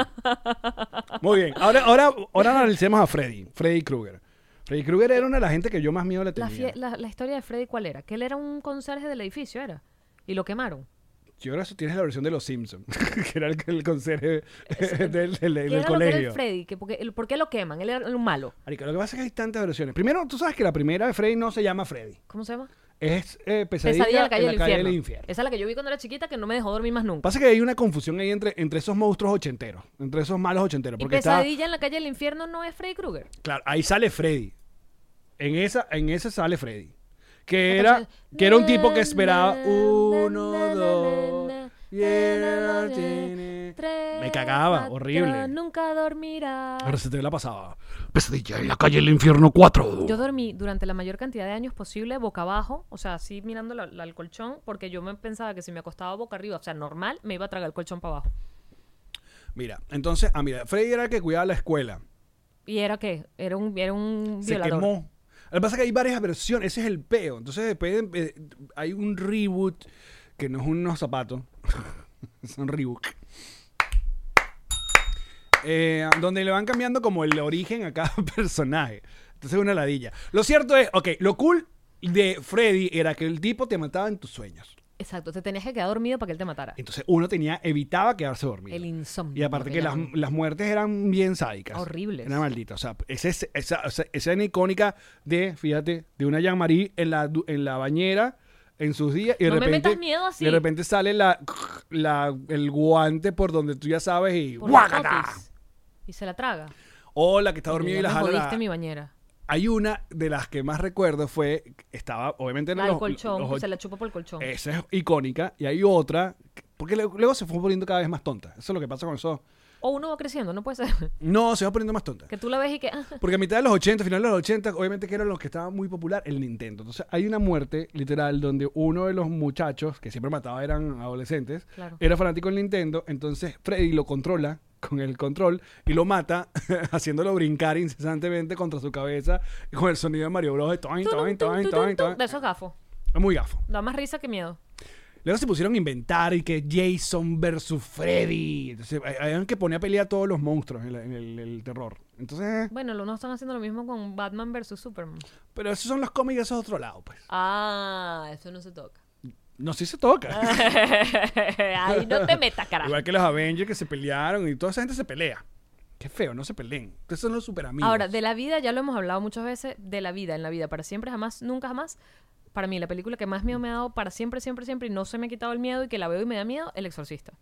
Muy bien. Ahora, ahora, ahora analicemos a Freddy. Freddy Krueger. Freddy Krueger era una de las gente que yo más miedo le La, tenía. fie- la- la historia de Freddy, ¿cuál era? Que él era un conserje del edificio, ¿era? Y lo quemaron. Yo ahora tienes la versión de los Simpsons, (laughs) que era el, el conserje (laughs) del, del- del ¿Qué era lo que era el colegio. Freddy? ¿Que porque- el- ¿Por qué lo queman? Él era un malo. Marica, lo que pasa es que hay tantas versiones. Primero, tú sabes que la primera de Freddy no se llama Freddy. ¿Cómo se llama? Es eh, pesadilla, Pesadilla en la calle, del, infierno. del infierno. Esa es la que yo vi cuando era chiquita que no me dejó dormir más nunca. Pasa que hay una confusión ahí entre, entre esos monstruos ochenteros, entre esos malos ochenteros. Y Porque está, Pesadilla en la calle del infierno no es Freddy Krueger. claro, ahí sale Freddy. En esa, en esa sale Freddy. Que La era, canción- que era un tipo que esperaba Ah, pues, Na, na, uno, na, na, dos, na, y na, na, era- na, tres, Me cagaba, cuatro, horrible. Nunca dormirá. Ahora se te la pasaba. Pesadilla en la calle del infierno 4. Yo dormí durante la mayor cantidad de años posible boca abajo, o sea, así mirando la- la- al colchón, porque yo me pensaba que si me acostaba boca arriba, o sea, normal, me iba a tragar el colchón para abajo. Mira, entonces, ah, mira, Freddy era el que cuidaba la escuela. ¿Y era qué? Era un, era un Se violador. quemó. Lo que pasa es que hay varias versiones, ese es el peo. Entonces después eh, hay un reboot que no es unos zapatos, (laughs) son reboot. Eh, donde le van cambiando como el origen a cada (laughs) personaje. Entonces es una ladilla. Lo cierto es, ok, lo cool de Freddy era que el tipo te mataba en tus sueños. Exacto, te tenías que quedar dormido para que él te matara. Entonces uno tenía, evitaba quedarse dormido. El insomnio. Y aparte lo que las, llaman. las muertes eran bien sádicas. Horribles. Era maldita. O sea, ese- ese- esa esa- escena icónica de, fíjate, de una Jean-Marie en la, du- en la bañera en sus días y de No me repente metas miedo así. de repente sale la, la el guante por donde tú ya sabes y Por ¡guácata! la totis. Y se la traga. O la que está dormida Ya y la me jala. jodiste la- mi bañera. Hay una de las que más recuerdo fue estaba obviamente en La los, Eh. del colchón, los- se la chupa por el colchón. esa es icónica y hay otra que- porque le- luego se fue poniendo cada vez más tonta. Eso es lo que pasa con eso. O uno va creciendo, no puede ser. (laughs) No, se va poniendo más tonta. que tú la ves y que... "Ah, Porque a mitad de los 80, final de los 80, obviamente que eran los que estaban muy popular, el Nintendo. Entonces hay una muerte literal donde uno de los muchachos que siempre mataba eran adolescentes, Claro. era fanático del Nintendo, entonces Freddy lo controla con el control y lo mata (laughs) haciéndolo brincar incesantemente contra su cabeza y con el sonido de Mario Bros. de toin, toin, toin, toin, toin. De esos gafos. Es muy gafo. Da más risa que miedo. Luego se pusieron a inventar y que Jason versus Freddy. Entonces, hay- habían que poner a pelear a todos los monstruos en, la- en el, el terror. Entonces, Bueno, los no están haciendo lo mismo con Batman versus Superman. pero esos son los cómics, eso es otro lado, pues. Ah, eso no se toca. (laughs) No, sí se (laughs) toca. Ay, no te metas, Ah, carajo. Igual que los Avengers que se pelearon y toda esa gente se pelea. Qué feo, no se peleen. Ustedes son los super amigos. Ahora, de la vida, ya lo hemos hablado muchas veces, de la vida, en la vida, para siempre, jamás, nunca jamás. Para mí, la película que más miedo me ha dado para siempre, siempre, siempre, y no se me ha quitado el miedo y que la veo y me da miedo, El Exorcista.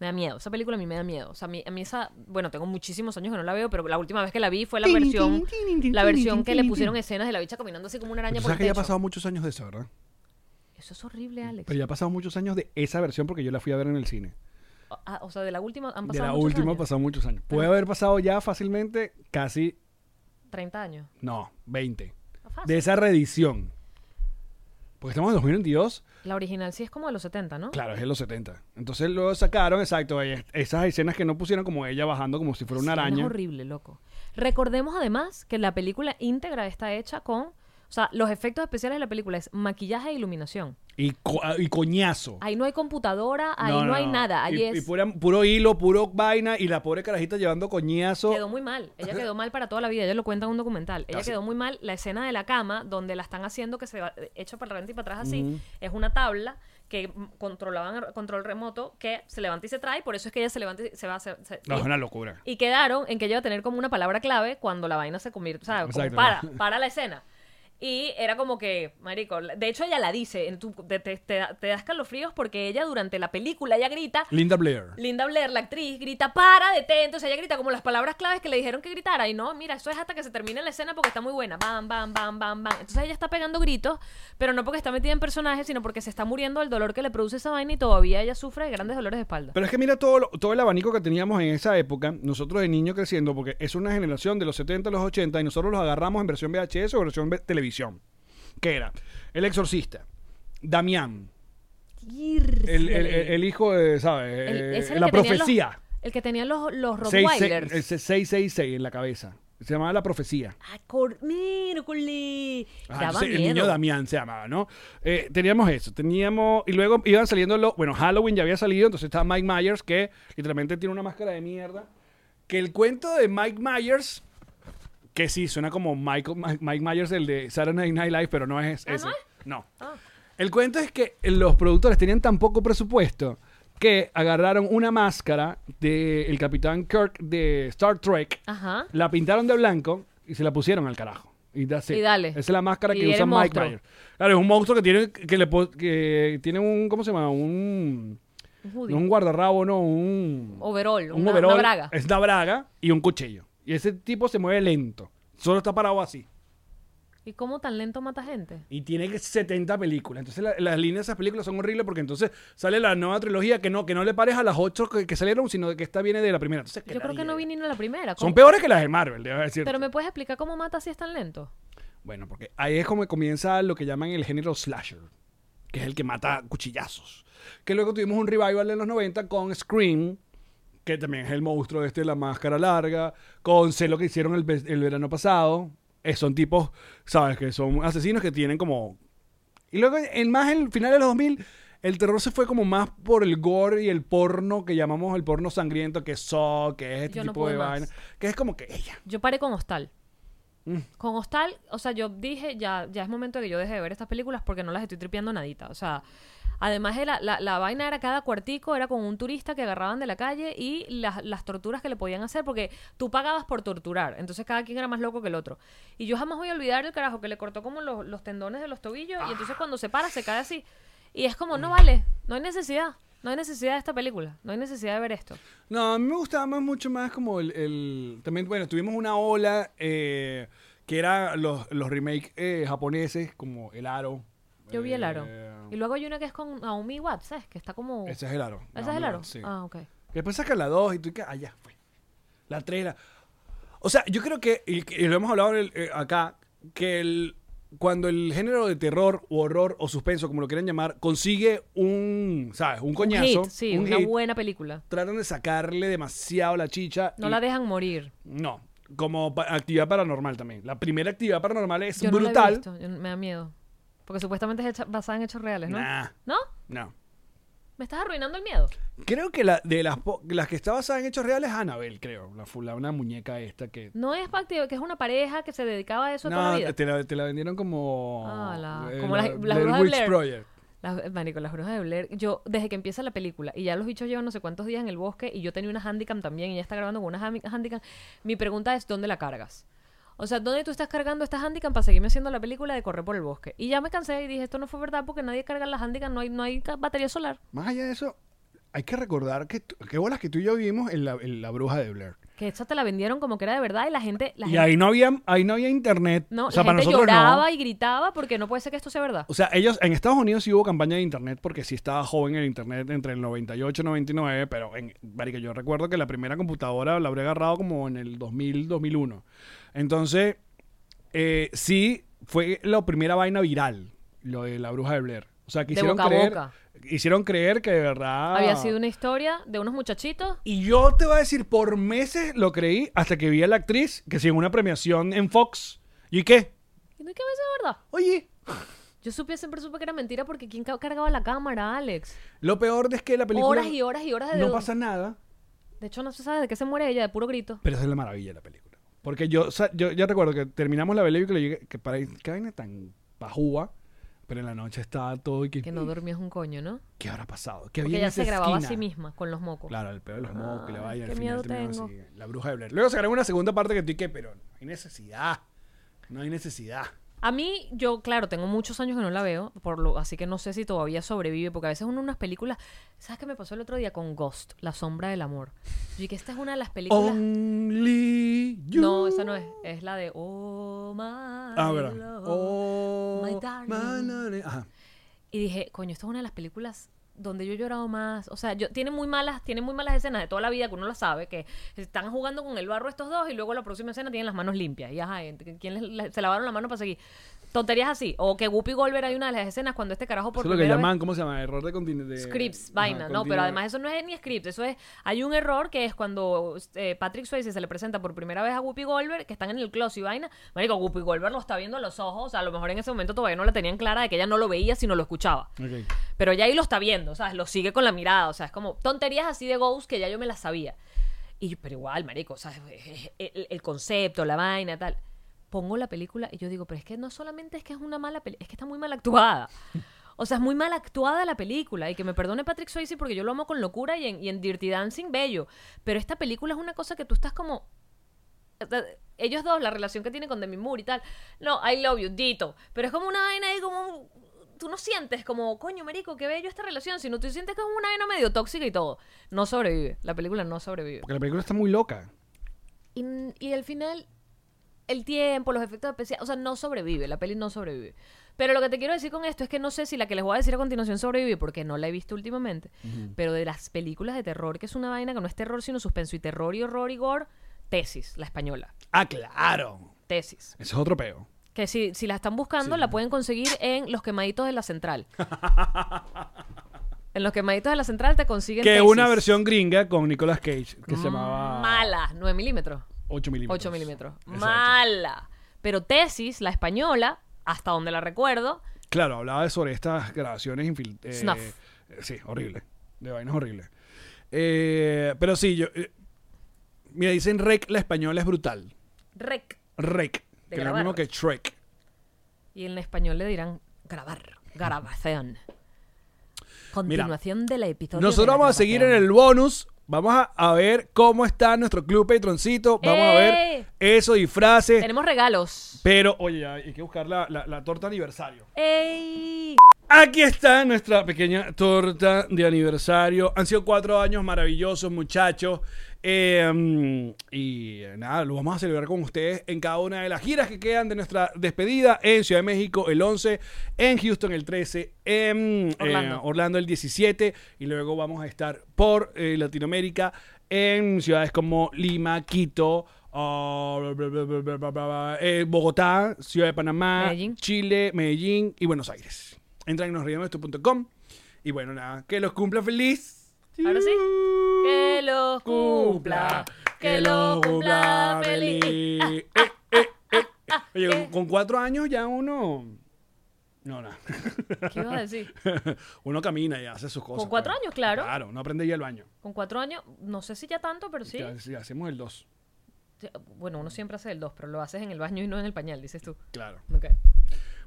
Me da miedo, esa película a mí me da miedo. O sea, a mí, a mí esa, bueno, tengo muchísimos años que no la veo, pero la última vez que la vi fue la versión, la versión que le pusieron escenas de la bicha caminando así como una araña Pero tú por el sabes que ya ha techo. pasado muchos años de eso, ¿verdad? Eso es horrible, Alex. Pero ya ha pasado muchos años de esa versión porque yo la fui a ver en el cine. Ah, o sea, de la última han pasado De la muchos última ha años. pasado muchos años. Puede haber pasado ya fácilmente casi, 30 años. no, 20. Fácil. De esa reedición. Porque estamos en 2022, La original sí es como de los 70, ¿no? claro, es de los 70. Entonces luego sacaron, exacto, eh, esas escenas que no pusieron como ella bajando como si fuera una Sí, no, Es araña. horrible, loco. Recordemos además que la película íntegra está hecha con. O sea, los efectos especiales de la película es maquillaje e iluminación. Y, co- ah, y coñazo. Ahí no hay computadora, ahí no, hay nada. Ahí y, es. y pura- puro hilo, puro vaina y la pobre carajita llevando coñazo. Quedó muy mal. Ella quedó mal para toda la vida. Ella lo cuenta en un documental. Ella Casi. quedó muy mal. La escena de la cama, donde la están haciendo que se va eh, echa para adelante y para atrás así, es una tabla que mm, controlaban a control remoto que se levanta y se trae. Por eso es que ella se levanta y se va. se- se- No, y- es una locura. Y quedaron en que ella iba a tener como una palabra clave cuando la vaina se convierte, o sea, como Exacto. para, para la escena. Y era como que, marico, la- de hecho ella la dice, en tu, te, te, te da- te da escalofríos porque ella durante la película, ella grita, Linda Blair. Linda Blair, la actriz, grita, para, detente, entonces ella grita como las palabras claves que le dijeron que gritara, y no, mira, eso es hasta que se termine la escena porque está muy buena, bam, bam, bam, bam, bam. Entonces ella está pegando gritos, pero no porque está metida en personajes, sino porque se está muriendo del dolor que le produce esa vaina y todavía ella sufre de grandes dolores de espalda. Pero es que mira todo, lo- todo el abanico que teníamos en esa época, nosotros de niños creciendo, porque es una generación de los 70 a los 80 y nosotros los agarramos en versión VHS o versión ve- televisión. Que era El Exorcista, Damián, el, el- el- el hijo de, ¿sabes? El- Eh, ese era el la que tenía los- profecía. el que tenía los, los Seis- Rottweilers. seis- el 666 en la cabeza. Se llamaba La Profecía. Ah, cor- miércoles. Ah, Daba entonces, miedo. el niño Damián se llamaba, ¿no? Eh, teníamos eso, teníamos, y luego iban saliendo los, bueno, Halloween ya había salido, entonces estaba Mike Myers, que literalmente tiene una máscara de mierda, que el cuento de Mike Myers, que sí, suena como Michael, Mike, Mike Myers, el de Saturday Night Live, pero no ¿Ah, es ese, no. El cuento es que los productores tenían tan poco presupuesto que agarraron una máscara del Capitán Kirk de Star Trek, Ajá. la pintaron de blanco y se la pusieron al carajo. Y, that's it. Y dale. Esa es la máscara Y que eres usa Mike monstruo. Myers. Claro, es un monstruo que tiene, que le po- que tiene un, ¿cómo se llama? Un, Un no hoodie. un guardarrabo, no, un... Overall, un una- overall. una braga. Es una braga y un cuchillo. Y ese tipo se mueve lento. Solo está parado así. ¿Y cómo tan lento mata gente? Y tiene que 70 películas. Entonces la- las líneas de esas películas son horribles porque entonces sale la nueva trilogía que no, que no le pares a las ocho que, que salieron, sino que esta viene de la primera. Entonces, Yo creo que no vi viene ni en la primera. Son ¿Cómo- peores que las de Marvel, debo decir. Pero me puedes explicar cómo mata si es tan lento. Bueno, porque ahí es como comienza lo que llaman el género slasher, que es el que mata a cuchillazos. Que luego tuvimos un revival en los 90 con Scream, que también es el monstruo este de la máscara larga, con Celo que hicieron el, ve- el verano pasado. Eh, son tipos, ¿sabes? Que son asesinos que tienen como... Y luego, en más el final de los 2000, el terror se fue como más por el gore y el porno que llamamos el porno sangriento, que es Saw, que es este Yo no tipo pude de más. vaina. Que es como que ella. Yo paré con Hostal. Con Hostal, o sea, yo dije, ya, ya es momento de que yo deje de ver estas películas porque no las estoy tripeando nadita. O sea, además de la, la, la vaina era cada cuartico, era con un turista que agarraban de la calle y las, las torturas que le podían hacer, porque tú pagabas por torturar, entonces cada quien era más loco que el otro. Y yo jamás voy a olvidar el carajo que le cortó como los, los tendones de los tobillos y entonces cuando se para se cae así. Y es como, no vale, no hay necesidad, no hay necesidad de esta película, no hay necesidad de ver esto. No, a mí me gustaba más, mucho más como el, el- También, bueno, tuvimos una ola eh, que era los, los remakes eh, japoneses, como El Aro. Yo vi el aro. Eh, Y luego hay una que es con Naomi Watts, ¿sabes? Que está como... Ese es El Aro. Oh. ¿Ese No, es el no, aro? Sí. Ah, ok. Después sacan la 2 y tú y que allá fue. La 3, la... O sea, yo creo que, y, y lo hemos hablado en el- eh, acá, que el, cuando el género de terror, o horror, o suspenso, como lo quieran llamar, consigue un, ¿sabes? Un coñazo. Hit, sí, un una hit, buena película. Tratan de sacarle demasiado la chicha. No y- la dejan morir. No, como pa- actividad paranormal también. La primera actividad paranormal es Yo no la he brutal. visto, yo- me da miedo. Porque supuestamente es hecha- basada en hechos reales, ¿no? Nah. ¿No? No. ¿Me estás arruinando el miedo? Creo que la, de las, po- las que está basada en hechos reales es Annabelle, creo. La, fu- la- una muñeca esta que... No es pa' activar- que es una pareja que se dedicaba a eso toda la No, vida. te la, te la vendieron como... Ah, la- eh, como las- las Blair brujas de Witch Blair. Project. Las, marico, las brujas de Blair. Yo, desde que empieza la película, y ya los bichos llevan no sé cuántos días en el bosque, y yo tenía una handicam también, y ella está grabando con una hami- handicam. Mi pregunta es, ¿dónde la cargas? O sea, ¿dónde tú estás cargando esta handicam para seguirme haciendo la película de correr por el bosque? Y ya me cansé y dije, esto no fue verdad porque nadie carga las handicam, no hay, no hay ca- batería solar. Más allá de eso, hay que recordar que, tú- que bolas que tú y yo vivimos en la, en la bruja de Blair. Que esta te la vendieron como que era de verdad y la gente... La Y gente ahí no había, ahí no había internet. no, o sea, la para gente nosotros lloraba no. y gritaba porque no puede ser que esto sea verdad. O sea, ellos en Estados Unidos sí hubo campaña de internet porque sí estaba joven el internet entre el 98 y 99, pero en marica, yo recuerdo que la primera computadora la habré agarrado como en el 2000, 2001. Entonces, eh, sí fue la primera vaina viral, lo de la bruja de Blair. O sea, que De hicieron boca a creer, boca. hicieron creer que de verdad Había sido una historia de unos muchachitos y yo te voy a decir, por meses lo creí hasta que vi a la actriz que sí en una premiación en Fox. ¿Y qué? y no hay que ver si es verdad. Oye, Yo supe, siempre supe que era mentira porque ¿quién ca- cargaba la cámara, Alex? lo peor es que la película Horas y horas y horas de no dedo. pasa nada. De hecho, no se sabe de qué se muere ella, de puro grito. Pero esa es la maravilla de la película. Porque yo, o sea, yo, yo recuerdo que terminamos la película y yo llegué- que para qué vaina tan pajúa, pero en la noche estaba todo y que, Que no dormías un coño, ¿no? ¿qué habrá pasado? ¿Qué había Porque en ella esa se grababa a sí esquina? misma con los mocos. Claro, el peor de los mocos, que le Ay, vaya al qué final miedo terminaron tengo. así, la bruja de Blair. Luego sacaron una segunda parte que estoy que, pero no hay necesidad. No hay necesidad. A mí, yo, claro, tengo muchos años que no la veo, por lo, así que no sé si todavía sobrevive, porque a veces uno en unas películas. ¿Sabes qué me pasó el otro día con Ghost, La Sombra del Amor? Y que esta es una de las películas. Oh, Only you. No, esa no es. Es la de Oh My Ah, verdad. Lord. Oh, my darling. my darling. Ajá. Y dije, coño, esta es una de las películas donde yo he llorado más. O sea, yo, tiene muy malas, tiene muy malas escenas de toda la vida que uno lo sabe, que están jugando con el barro estos dos y luego la próxima escena tienen las manos limpias. Y ajá, ent- ¿quién les, la- se lavaron la mano para seguir? Tonterías así. O que Whoopi Goldberg hay una de las escenas cuando este carajo por Eso es lo que primera vez- llaman, ¿cómo se llama? Error de continuidad. Scripts, vaina, no, pero además eso no es ni script, eso es, hay un error que es cuando eh, Patrick Swayze se le presenta por primera vez a Whoopi Goldberg, que están en el closet y vaina, marico, Whoopi Goldberg lo está viendo a los ojos, o sea, a lo mejor en ese momento todavía no la tenían clara de que ella no lo veía, sino lo escuchaba, pero ya ahí lo está viendo, sea, Lo sigue con la mirada, o sea, es como tonterías así de Ghost que ya yo me las sabía, y yo, pero igual, marico, o sea, es- es- el, el concepto, la vaina, tal, pongo la película y yo digo, pero es que no solamente es que es una mala película, es que está muy mal actuada. O sea, es muy mal actuada la película. Y que me perdone Patrick Swayze porque yo lo amo con locura y en, y en Dirty Dancing, bello. Pero esta película es una cosa que tú estás como... Ellos dos, la relación que tiene con Demi Moore y tal. No, I love you, Dito. Pero es como una vaina ahí como... un- Tú no sientes como, coño, marico, qué bello esta relación. Sino tú sientes que es una vaina medio tóxica y todo. No sobrevive. La película no sobrevive. Porque la película está muy loca. Y, y al final, el tiempo, los efectos especiales, o sea, no sobrevive, la peli no sobrevive. Pero lo que te quiero decir con esto es que no sé si la que les voy a decir a continuación sobrevive, porque no la he visto últimamente, pero de las películas de terror, que es una vaina que no es terror, sino suspenso y terror y horror y gore, tesis, la española, Ah, claro. tesis. Eso es otro peo. Que si, si la están buscando, la pueden conseguir en Los Quemaditos de la (laughs) Central. en Los Quemaditos de la Central te consiguen Que Tesis. una versión gringa con Nicolas Cage que se llamaba Mala, 9 milímetros. 8 milímetros. 8 milímetros. Exacto. Mala. Pero Tesis, la española, hasta donde la recuerdo, Claro, hablaba de sobre estas grabaciones infil- eh, Snuff. eh, Sí, horrible. De vainas horribles. Eh, pero sí, yo. eh, mira, dicen rec, la española es brutal. rec. Rec. De que es lo grabar. mismo que Shrek. Y en español le dirán grabar, grabación. Continuación de la episodio. de la Nosotros vamos a seguir en grabación. el bonus. Vamos a, a ver cómo está nuestro club Patroncito. Vamos a ver ¡Eh! eso, disfraces. Tenemos regalos. Pero, oye, ya hay que buscar la, la- la torta aniversario. ¡Ey! Aquí está nuestra pequeña torta de aniversario. Han sido cuatro años maravillosos, muchachos. Eh, y eh, nada, lo vamos a celebrar con ustedes en cada una de las giras que quedan de nuestra despedida en Ciudad de México el 11, en Houston el 13, en eh, Orlando. Orlando el 17 y luego vamos a estar por eh, Latinoamérica en ciudades como Lima, Quito, ah, bla, bla, bla, bla, bla, bla, bla, eh, Bogotá, Ciudad de Panamá, Medellín. Chile, Medellín y Buenos Aires. Entran en nosridemesto.com y bueno, nada, que los cumpla feliz. Ahora sí. Que lo cumpla. Que lo cumpla feliz. (laughs) Eh, eh, eh. Oye, con- con cuatro años ya uno... No, no. ¿Qué ibas a decir? (laughs) uno camina y hace sus cosas. Con cuatro pues. años, claro. Claro, no aprende ya el baño. Con cuatro años, no sé si ya tanto, pero sí. Ya- ya hacemos el 2. Bueno, uno siempre hace el dos, pero lo haces en el baño y no en el pañal, dices tú. Claro. Ok.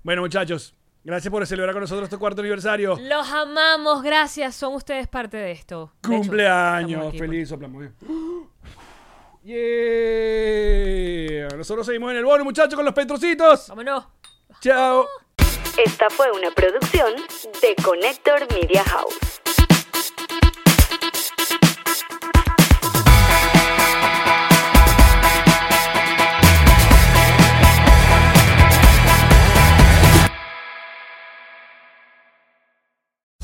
Bueno, muchachos, gracias por celebrar con nosotros este cuarto aniversario. Los amamos, gracias. Son ustedes parte de esto. De hecho, Cumpleaños, estamos aquí, feliz, soplamos bien. ¡Oh! Yeah. Nosotros seguimos en el bono, muchachos, con los petrocitos. pues. Vámonos. Chao. Esta fue una producción de Connector Media House.